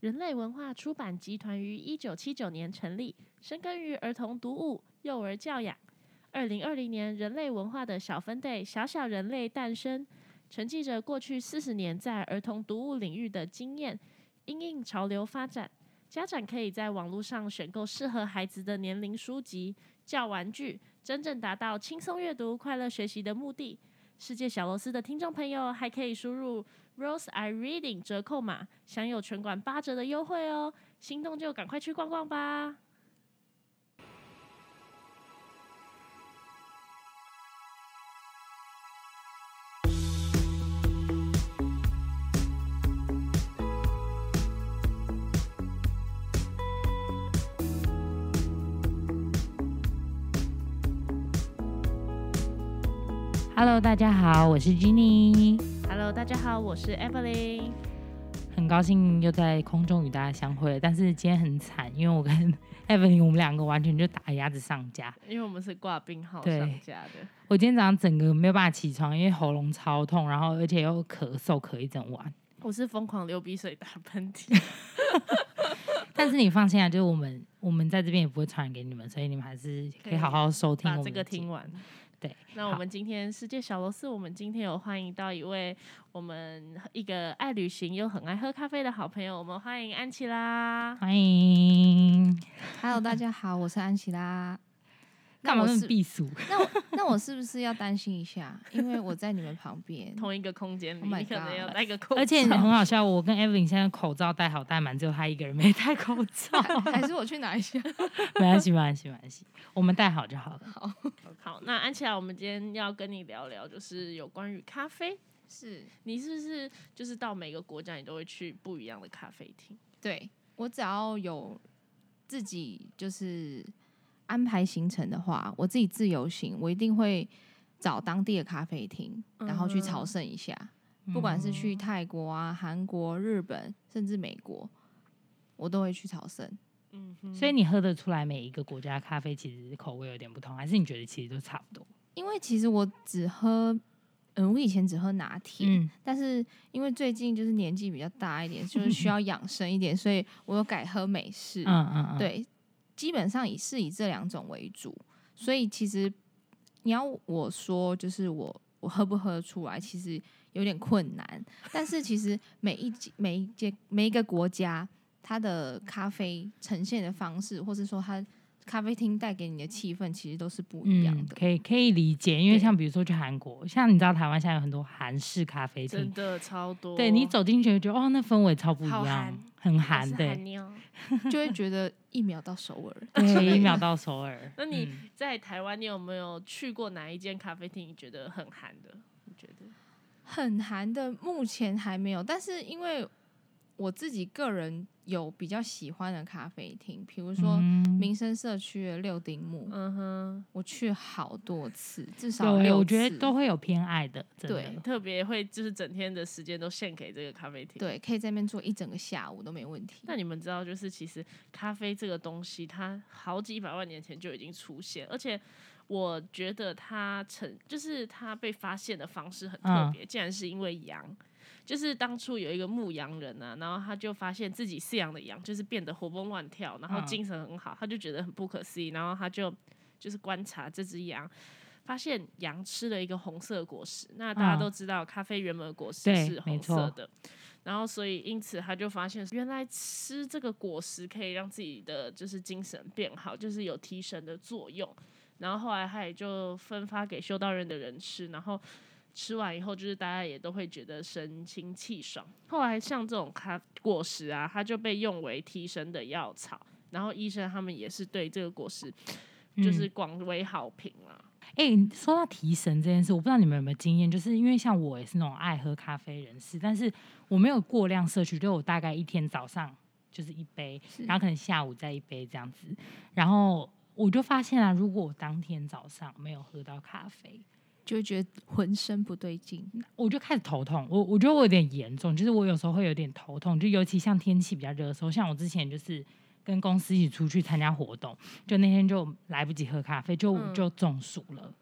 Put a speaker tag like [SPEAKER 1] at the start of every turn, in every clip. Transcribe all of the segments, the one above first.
[SPEAKER 1] 人类文化出版集团于一九七九年成立，深耕于儿童读物、幼儿教养。二零二零年，人类文化的小分类“小小人类”诞生，承继着过去四十年在儿童读物领域的经验，因应潮流发展。家长可以在网络上选购适合孩子的年龄书籍、教玩具，真正达到轻松阅读、快乐学习的目的。世界小螺丝的听众朋友还可以输入 Rose I Reading 折扣码，享有全馆八折的优惠哦！心动就赶快去逛逛吧。
[SPEAKER 2] Hello，大家好，我是 Jenny，
[SPEAKER 1] Hello，大家好，我是 Evelyn。
[SPEAKER 2] 很高兴又在空中与大家相会了。但是今天很惨，因为我跟 Evelyn 我们两个完全就打鸭子上架。
[SPEAKER 1] 因为我们是挂病号
[SPEAKER 2] 对
[SPEAKER 1] 上架的，
[SPEAKER 2] 我今天早上整个没有办法起床，因为喉咙超痛，然后而且又咳嗽咳一整晚。
[SPEAKER 1] 我是疯狂流鼻水、打喷 嚏。
[SPEAKER 2] 但是你放心啊，就是我们我们在这边也不会传染给你们，所以你们还是可以好好收听
[SPEAKER 1] 把
[SPEAKER 2] 我们
[SPEAKER 1] 这个
[SPEAKER 2] 的节
[SPEAKER 1] 听完。
[SPEAKER 2] 对，
[SPEAKER 1] 那我们今天世界小螺丝，我们今天有欢迎到一位我们一个爱旅行又很爱喝咖啡的好朋友，我们欢迎安琪拉。
[SPEAKER 2] 欢迎。
[SPEAKER 3] Hello，大家好，我是安琪拉。
[SPEAKER 2] 干嘛
[SPEAKER 3] 那我
[SPEAKER 2] 那么
[SPEAKER 3] 是
[SPEAKER 2] 避暑？
[SPEAKER 3] 那我那我是不是要担心一下？因为我在你们旁边。
[SPEAKER 1] 同一个空间里
[SPEAKER 3] Oh my
[SPEAKER 1] 你可能
[SPEAKER 3] God
[SPEAKER 1] 要戴个口罩，
[SPEAKER 2] 而且很好笑，我跟 Evelyn 现在口罩戴好戴满，只有她一个人没戴口 罩。
[SPEAKER 3] 还是我去拿一下？
[SPEAKER 2] 没关系，没关系，没关系，我们戴好就好了。
[SPEAKER 1] 好，那安琪拉，我们今天要跟你聊聊，就是有关于咖啡。
[SPEAKER 3] 是，
[SPEAKER 1] 你是不是就是到每个国家，你都会去不一样的咖啡厅？
[SPEAKER 3] 对我只要有自己就是安排行程的话，我自己自由行，我一定会找当地的咖啡厅，然后去
[SPEAKER 1] 嗯哼嗯
[SPEAKER 3] 朝圣一下。不管是去泰国啊、韩国、日本，甚至美国，我都会去朝圣。
[SPEAKER 1] 嗯哼，
[SPEAKER 2] 所以你喝得出来每一个国家的咖啡其实口味有点不同，还是你觉得其实都差不多？
[SPEAKER 3] 因为其实我只喝，嗯，我以前只喝拿铁，，但是因为最近就是年纪比较大一点，就是需要养生一点，所以我有改喝美式。
[SPEAKER 2] 嗯嗯嗯，，
[SPEAKER 3] 对，基本上以是以这两种为主，所以其实你要我说，就是我我喝不喝得出来，其实有点困难。但是其实每一季每一届每一个国家，它的咖啡呈现的方式，或是说它咖啡厅带给你的气氛，其实都是不一样
[SPEAKER 2] 嗯，
[SPEAKER 3] 的。
[SPEAKER 2] 可以可以理解，因为
[SPEAKER 3] 对
[SPEAKER 2] 像比如说去韩国，像你知道台湾现在有很多韩式咖啡
[SPEAKER 1] 真
[SPEAKER 2] 厅，
[SPEAKER 1] 的超多。
[SPEAKER 2] 对你走进去就觉得哦，那氛围超不一
[SPEAKER 1] 好
[SPEAKER 2] 样
[SPEAKER 1] 韩，
[SPEAKER 2] 很
[SPEAKER 1] 我
[SPEAKER 2] 韩，
[SPEAKER 1] 是
[SPEAKER 2] 对，
[SPEAKER 1] 韩妞
[SPEAKER 3] 就会觉得一秒到首尔
[SPEAKER 2] 嗯对，一 秒到首尔。
[SPEAKER 1] 那你
[SPEAKER 2] 嗯
[SPEAKER 1] 在台湾，你有没有去过哪一间咖啡厅？你觉得很韩的？你觉得？
[SPEAKER 3] 很韩的，目前还没有。但是因为我自己个人有比较喜欢的咖啡厅，比如说
[SPEAKER 2] 嗯
[SPEAKER 3] 民生社区的六丁目，
[SPEAKER 1] 嗯哼，
[SPEAKER 3] 我去好多次，至
[SPEAKER 2] 有
[SPEAKER 3] 少
[SPEAKER 2] 欸，
[SPEAKER 3] 六次。
[SPEAKER 2] 我觉得都会有偏爱的，真的
[SPEAKER 3] 对
[SPEAKER 1] 特别会就是整天的时间都献给这个咖啡厅。。
[SPEAKER 3] 对，可以在那边坐一整个下午都没问题。
[SPEAKER 1] 那你们知道，就是其实咖啡这个东西，它好几百万年前就已经出现，而且我觉得它成就是它被发现的方式很特
[SPEAKER 2] 嗯
[SPEAKER 1] 别，竟然是因为羊。就是当初有一个牧羊人啊，然后他就发现自己饲养的羊就是变得活蹦乱跳，然后
[SPEAKER 2] 嗯
[SPEAKER 1] 精神很好，他就觉得很不可思议，然后他就就是观察这只羊，发现羊吃了一个红色的果实。那大家
[SPEAKER 2] 嗯
[SPEAKER 1] 都知道，咖啡原本的果实
[SPEAKER 2] 对
[SPEAKER 1] 是
[SPEAKER 2] 没
[SPEAKER 1] 红
[SPEAKER 2] 错
[SPEAKER 1] 色的，然后所以因此他就发现，原来吃这个果实可以让自己的就是精神变好，就是有提神的作用。然后后来他也就分发给修道院的人吃，然后吃完以后，就是大家也都会觉得神清气爽。后来像这种咖果实啊，它就被用为提神的药草，然后医生他们也是对这个果实就是广为好评啦、
[SPEAKER 2] 哎、说到提神这件事，我不知道你们有没有经验，就是因为像我也是那种爱喝咖啡人士，但是我没有过量摄取，就我大概一天早上就是一杯，
[SPEAKER 3] 是
[SPEAKER 2] 然后可能下午再一杯这样子，然后我就发现啊，如果我当天早上没有喝到咖啡，
[SPEAKER 3] 就会觉得浑身不对劲，
[SPEAKER 2] 我就开始头痛，我我觉得我有点严重，就是我有时候会有点头痛，就尤其像天气比较热的时候，像我之前就是跟公司一起出去参加活动，就那天就来不及喝咖啡，就、
[SPEAKER 1] 嗯
[SPEAKER 2] 就中暑了。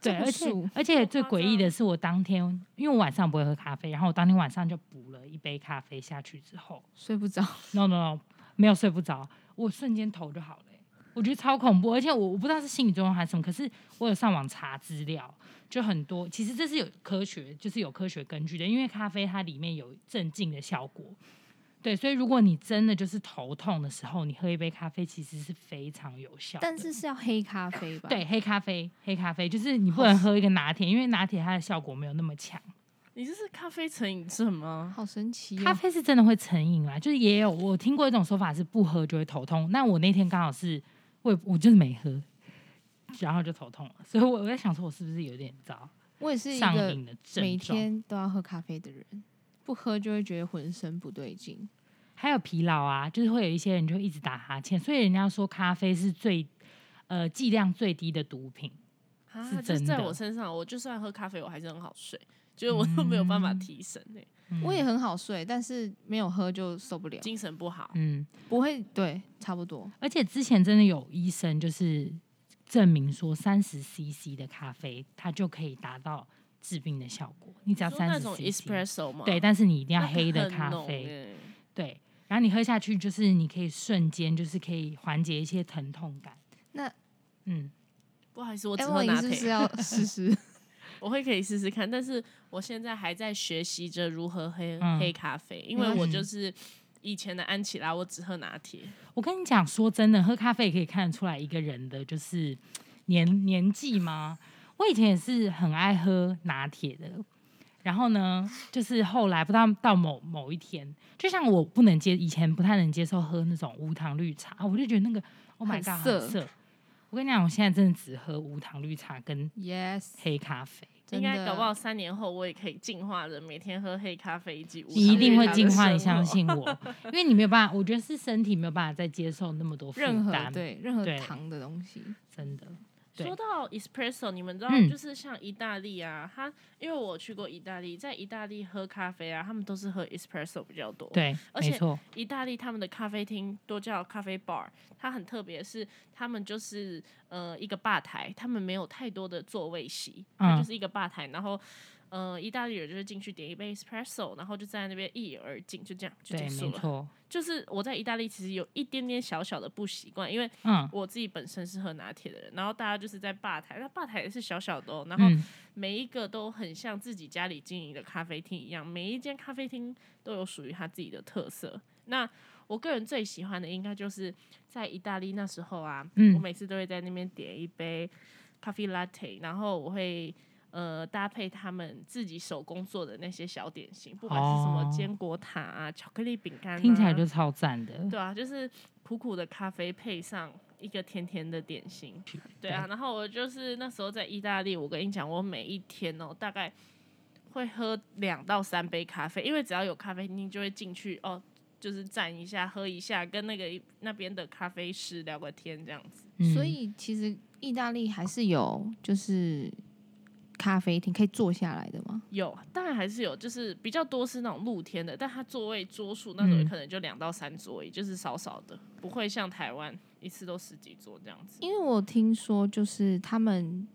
[SPEAKER 2] 对，
[SPEAKER 3] 这
[SPEAKER 2] 而
[SPEAKER 3] 不
[SPEAKER 2] 且
[SPEAKER 3] 输
[SPEAKER 2] 而且
[SPEAKER 1] 好
[SPEAKER 2] 最
[SPEAKER 1] 夸
[SPEAKER 2] 诡异
[SPEAKER 1] 张
[SPEAKER 2] 的是，我当天因为我晚上不会喝咖啡，然后我当天晚上就补了一杯咖啡下去之后
[SPEAKER 3] 睡不着，
[SPEAKER 2] ，no no no，没有睡不着，我瞬间头就好了欸、我觉得超恐怖，而且我我不知道是心理作用还是什么，可是我有上网查资料，就很多，其实这是有科学，就是有科学根据的，因为咖啡它里面有镇静的效果，对，所以如果你真的就是头痛的时候，你喝一杯咖啡其实是非常有效的，
[SPEAKER 3] 但是是要黑咖啡吧？，
[SPEAKER 2] 对，黑咖啡，黑咖啡就是你不能喝一个拿铁，因为拿铁它的效果没有那么强。
[SPEAKER 1] 你这是咖啡成瘾症吗？
[SPEAKER 3] 好神奇、哦。
[SPEAKER 2] 咖啡是真的会成瘾啦，就是也有我听过一种说法是不喝就会头痛，那我那天刚好是我也我就是没喝，然后就头痛了，所以我我在想说我是不是有点糟
[SPEAKER 3] 我也是一
[SPEAKER 2] 上
[SPEAKER 3] 个
[SPEAKER 2] 瘾的
[SPEAKER 3] 每
[SPEAKER 2] 症状，
[SPEAKER 3] 天都要喝咖啡的人，不喝就会觉得浑身不对劲。
[SPEAKER 2] 还有疲劳啊，就是会有一些人就会一直打哈欠，所以人家说咖啡是最呃剂量最低的毒品。
[SPEAKER 1] 啊，
[SPEAKER 2] 是
[SPEAKER 1] 就是
[SPEAKER 2] 真
[SPEAKER 1] 在
[SPEAKER 2] 的
[SPEAKER 1] 我身上，我就算喝咖啡，我还是很好睡，就是我都没有办法提神欸诶、
[SPEAKER 2] 嗯
[SPEAKER 3] 我也很好睡，但是没有喝就受不了，
[SPEAKER 1] 精神不好。
[SPEAKER 2] 嗯，
[SPEAKER 3] 不会对，差不多。
[SPEAKER 2] 而且之前真的有医生就是证明说，三十 CC 的咖啡它就可以达到治病的效果。你只要
[SPEAKER 1] 说
[SPEAKER 2] 三
[SPEAKER 1] 那
[SPEAKER 2] 十
[SPEAKER 1] 种
[SPEAKER 2] CC，
[SPEAKER 1] espresso 嘛，
[SPEAKER 2] 对，但是你一定
[SPEAKER 1] 那
[SPEAKER 2] 要黑的
[SPEAKER 1] 很
[SPEAKER 2] 咖
[SPEAKER 1] 浓
[SPEAKER 2] 啡，
[SPEAKER 1] 欸
[SPEAKER 2] 对。然后你喝下去，就是你可以瞬间就是可以缓解一些疼痛感。
[SPEAKER 3] 那
[SPEAKER 2] 嗯，
[SPEAKER 1] 不好意思，我只
[SPEAKER 3] 哎，
[SPEAKER 1] 喝
[SPEAKER 3] 你
[SPEAKER 1] 拿
[SPEAKER 3] 是不是
[SPEAKER 1] 铁，
[SPEAKER 3] 要 试试？
[SPEAKER 1] 我会可以试试看，但是我现在还在学习着如何黑、
[SPEAKER 2] 嗯
[SPEAKER 1] 黑咖啡，因
[SPEAKER 3] 没
[SPEAKER 1] 为
[SPEAKER 3] 关
[SPEAKER 1] 我
[SPEAKER 2] 系
[SPEAKER 1] 就是以前的安琪拉，我只喝拿铁。
[SPEAKER 2] 我跟你讲，说真的，喝咖啡也可以看得出来一个人的就是年年纪吗？我以前也是很爱喝拿铁的，然后呢，就是后来不知道到某某一天，就像我不能接以前不太能接受喝那种无糖绿茶，我就觉得那个 Oh my
[SPEAKER 3] 很
[SPEAKER 2] God 很
[SPEAKER 3] 涩
[SPEAKER 2] 涩。我跟你讲，我现在真的只喝无糖绿茶跟
[SPEAKER 3] yes，
[SPEAKER 2] 黑咖啡。
[SPEAKER 1] 应
[SPEAKER 3] 真
[SPEAKER 1] 该
[SPEAKER 3] 的。
[SPEAKER 1] 搞不好三年后我也可以进化的，每天喝黑咖啡以及无
[SPEAKER 2] 你一
[SPEAKER 1] 糖
[SPEAKER 2] 定
[SPEAKER 1] 绿
[SPEAKER 2] 会
[SPEAKER 1] 茶的
[SPEAKER 2] 进化，你
[SPEAKER 1] 生活
[SPEAKER 2] 相。信我，因为你没有办法，我觉得是身体没有办法再接受那么多负
[SPEAKER 3] 任何
[SPEAKER 2] 担，
[SPEAKER 3] 对任何
[SPEAKER 2] 对
[SPEAKER 3] 糖的东西，
[SPEAKER 2] 真的，对
[SPEAKER 1] 说到 espresso，你们知道，
[SPEAKER 2] 嗯
[SPEAKER 1] 就是像意大利啊，它因为我去过意大利，在意大利喝咖啡啊，他们都是喝 espresso 比较多。，
[SPEAKER 2] 对，
[SPEAKER 1] 而
[SPEAKER 2] 没
[SPEAKER 1] 且
[SPEAKER 2] 错，
[SPEAKER 1] 意大利他们的咖啡厅都叫咖啡 bar，它很特别，是他们就是呃一个吧台，他们没有太多的座位席，它
[SPEAKER 2] 嗯
[SPEAKER 1] 就是一个吧台，然后呃意大利人就是进去点一杯 espresso，然后就在那边一饮而尽，就这样就
[SPEAKER 2] 对，
[SPEAKER 1] 结
[SPEAKER 2] 没
[SPEAKER 1] 束了。
[SPEAKER 2] 错，
[SPEAKER 1] 就是我在意大利其实有一点点小小的不习惯，因为
[SPEAKER 2] 嗯，
[SPEAKER 1] 我自己本身是喝拿铁的人，然后大家就是在吧台，那吧台也是小小的、哦，然后
[SPEAKER 2] 嗯，
[SPEAKER 1] 每一个都很像自己家里经营的咖啡厅一样，每一间咖啡厅都有属于它自己的特色。那我个人最喜欢的应该就是在意大利那时候啊，
[SPEAKER 2] 嗯
[SPEAKER 1] 我每次都会在那边点一杯咖啡 latte，然后我会呃搭配他们自己手工做的那些小点心，不管是什么
[SPEAKER 2] 哦
[SPEAKER 1] 坚果塔啊、巧克力饼干、啊，
[SPEAKER 2] 听起来就超赞 的。
[SPEAKER 1] 对啊，就是苦苦的咖啡配上一个甜甜的点心。对啊，然后我就是那时候在意大利，我跟你讲，我每一天哦，大概会喝两到三杯咖啡，因为只要有咖啡厅就会进去哦，就是站一下喝一下，跟那个那边的咖啡师聊个天这样子。
[SPEAKER 2] 嗯
[SPEAKER 3] 所以其实意大利还是有就是咖啡厅可以坐下来的吗？
[SPEAKER 1] 有，当然还是有，就是比较多是那种露天的，但它座位桌数那种
[SPEAKER 2] 嗯
[SPEAKER 1] 可能就两到三桌，也就是少少的，不会像台湾一次都十几桌这样子。
[SPEAKER 3] 因为我听说就是他们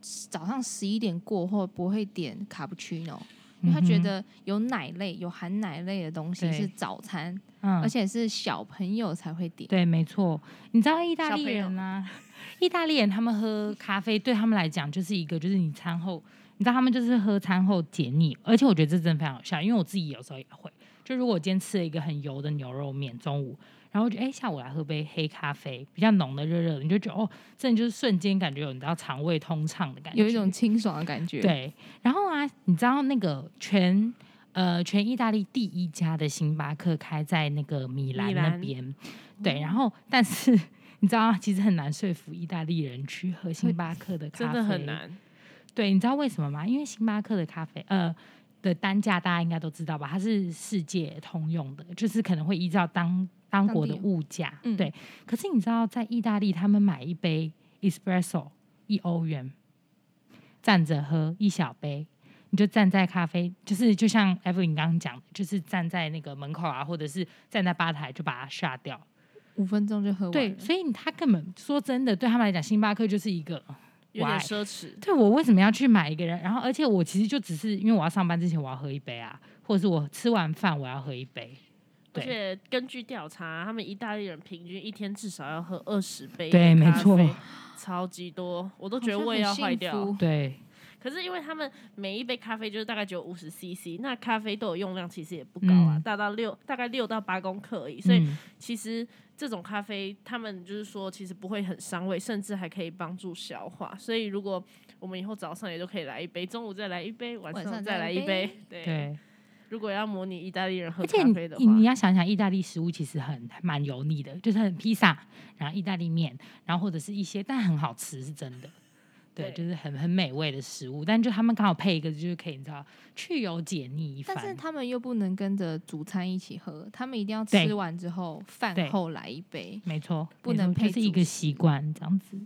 [SPEAKER 3] 早上十一点过后不会点卡布奇诺，
[SPEAKER 1] 嗯
[SPEAKER 3] 因为他觉，得有奶类、有含奶类的东西
[SPEAKER 2] 对
[SPEAKER 3] 是早餐，
[SPEAKER 2] 嗯哼，
[SPEAKER 3] 而
[SPEAKER 2] 嗯，
[SPEAKER 3] 且是小朋友才会点。
[SPEAKER 2] 对，没错。你知道意
[SPEAKER 1] 小
[SPEAKER 2] 大利
[SPEAKER 1] 朋友
[SPEAKER 2] 人啊，意大利人他们喝咖啡对他们来讲就是一个，就是你餐后，你知道他们就是喝餐后解腻，而且我觉得这真的非常有效，因为我自己有时候也会，就如果我今天吃了一个很油的牛肉面，中午。然后我觉得，哎，下午来喝杯黑咖啡，比较浓的、热热的，你就觉得哦，真的就是瞬间感觉有你知道肠胃通畅的感觉，
[SPEAKER 3] 有一种清爽的感觉。，
[SPEAKER 2] 对，然后啊，你知道那个全呃全意大利第一家的星巴克开在那个米兰那
[SPEAKER 1] 兰哦
[SPEAKER 2] 边，对，然后但是 你知道，其实很难说服意大利人去喝星巴克的咖
[SPEAKER 1] 真
[SPEAKER 2] 啡，
[SPEAKER 1] 的很。难，
[SPEAKER 2] 对，你知道为什么吗？因为星巴克的咖啡，呃。的单价大家应该都知道吧，它是世界通用的，就是可能会依照当当
[SPEAKER 3] 当
[SPEAKER 2] 国的
[SPEAKER 3] 地
[SPEAKER 2] 物价，
[SPEAKER 3] 嗯
[SPEAKER 2] 对。可是你知道，在意大利，他们买一杯 espresso 一欧元，站着喝一小杯，你就站在咖啡，就是就像 Evelyn 刚刚讲的，就是站在那个门口啊，或者是站在吧台就把它下掉。
[SPEAKER 3] 五分钟就喝完了。
[SPEAKER 2] 对，所以他根本说真的，对他们来讲，星巴克就是一个
[SPEAKER 1] 有点
[SPEAKER 2] Why？
[SPEAKER 1] 奢侈。
[SPEAKER 2] 对我为什么要去买一个人？然后，而且我其实就只是因为我要上班之前我要喝一杯啊，或者是我吃完饭我要喝一杯。
[SPEAKER 1] 而
[SPEAKER 2] 对
[SPEAKER 1] 且根据调查，他们意大利人平均一天至少要喝二十杯，
[SPEAKER 2] 对没错，
[SPEAKER 1] 超级多，我都
[SPEAKER 3] 我
[SPEAKER 1] 觉得胃要坏掉。
[SPEAKER 2] 对，
[SPEAKER 1] 可是因为他们每一杯咖啡就是大概只有五十 CC，那咖啡豆的用量其实也不高啊，
[SPEAKER 2] 嗯
[SPEAKER 1] 大到六大概六到八公克而已，所以
[SPEAKER 2] 嗯
[SPEAKER 1] 其实这种咖啡，他们就是说其实不会很伤胃，甚至还可以帮助消化。所以如果我们以后早上也都可以来一杯，中午再来一杯，晚
[SPEAKER 3] 晚
[SPEAKER 1] 上
[SPEAKER 3] 上
[SPEAKER 1] 再
[SPEAKER 3] 再
[SPEAKER 1] 来
[SPEAKER 3] 来
[SPEAKER 1] 一
[SPEAKER 3] 一
[SPEAKER 1] 杯。对，
[SPEAKER 2] 对。
[SPEAKER 1] 如果要模拟意大利人喝
[SPEAKER 2] 而
[SPEAKER 1] 咖
[SPEAKER 2] 且
[SPEAKER 1] 啡的话
[SPEAKER 2] 你，你要想想，意大利食物其实很蛮油腻的，就是很披萨，然后意大利面，然后或者是一些，但很好吃，是真的。对，
[SPEAKER 1] 对
[SPEAKER 2] 就是很很美味的食物，但就他们刚好配一个，就是可以你知道去油解腻一番。
[SPEAKER 3] 但是他们又不能跟着主餐一起喝，他们一定要
[SPEAKER 2] 对
[SPEAKER 3] 吃完之后饭
[SPEAKER 2] 对
[SPEAKER 3] 后来一杯。
[SPEAKER 2] 没错，
[SPEAKER 3] 不
[SPEAKER 2] 没错
[SPEAKER 3] 能配
[SPEAKER 2] 就是一
[SPEAKER 3] 主
[SPEAKER 2] 个
[SPEAKER 3] 食
[SPEAKER 2] 习惯这样子。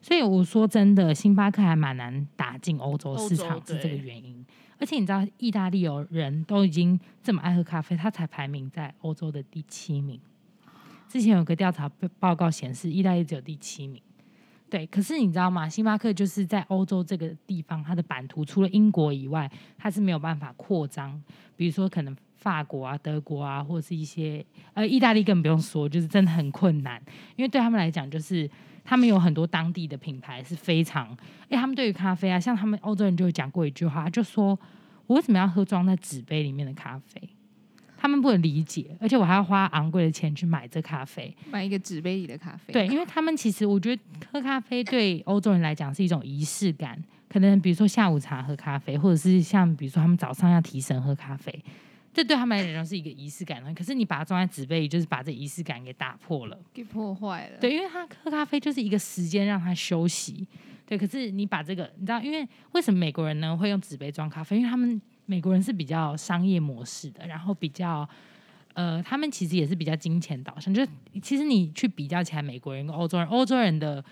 [SPEAKER 2] 所以我说真的，星巴克还蛮难打进欧洲
[SPEAKER 1] 欧
[SPEAKER 2] 市
[SPEAKER 1] 洲
[SPEAKER 2] 场，是这个
[SPEAKER 1] 对
[SPEAKER 2] 原因。而且你知道，意大利有人都已经这么爱喝咖啡，它才排名在欧洲的第七名。之前有个调查报报告显示，意大利只有第七名。对，可是你知道吗？星巴克就是在欧洲这个地方，它的版图除了英国以外，它是没有办法扩张。比如说，可能法国啊、德国啊，或是一些呃意大利更不用说，就是真的很困难。因为对他们来讲，就是他们有很多当地的品牌是非常，哎、他们对于咖啡啊，像他们欧洲人就有讲过一句话，他就说我为什么要喝装在纸杯里面的咖啡？他们不能理解，而且我还要花昂贵的钱去买这咖啡。
[SPEAKER 3] 买一个纸杯里的咖啡。
[SPEAKER 2] 对，，因为他们其实我觉得喝咖啡对欧洲人来讲是一种仪式感，可能比如说下午茶喝咖啡，或者是像比如说他们早上要提神喝咖啡，这对他们来讲是一个仪式感可是你把它装在纸杯里，就是把这仪式感给打破了。
[SPEAKER 3] 给破坏了。
[SPEAKER 2] 对，因为他喝咖啡就是一个时间让他休息。对，可是你把这个，你知道，因为为什么美国人呢会用纸杯装咖啡？因为他们美国人是比较商业模式的，然后比较呃，他们其实也是比较金钱导向。就是其实你去比较起来，美国人跟欧洲人，欧洲人的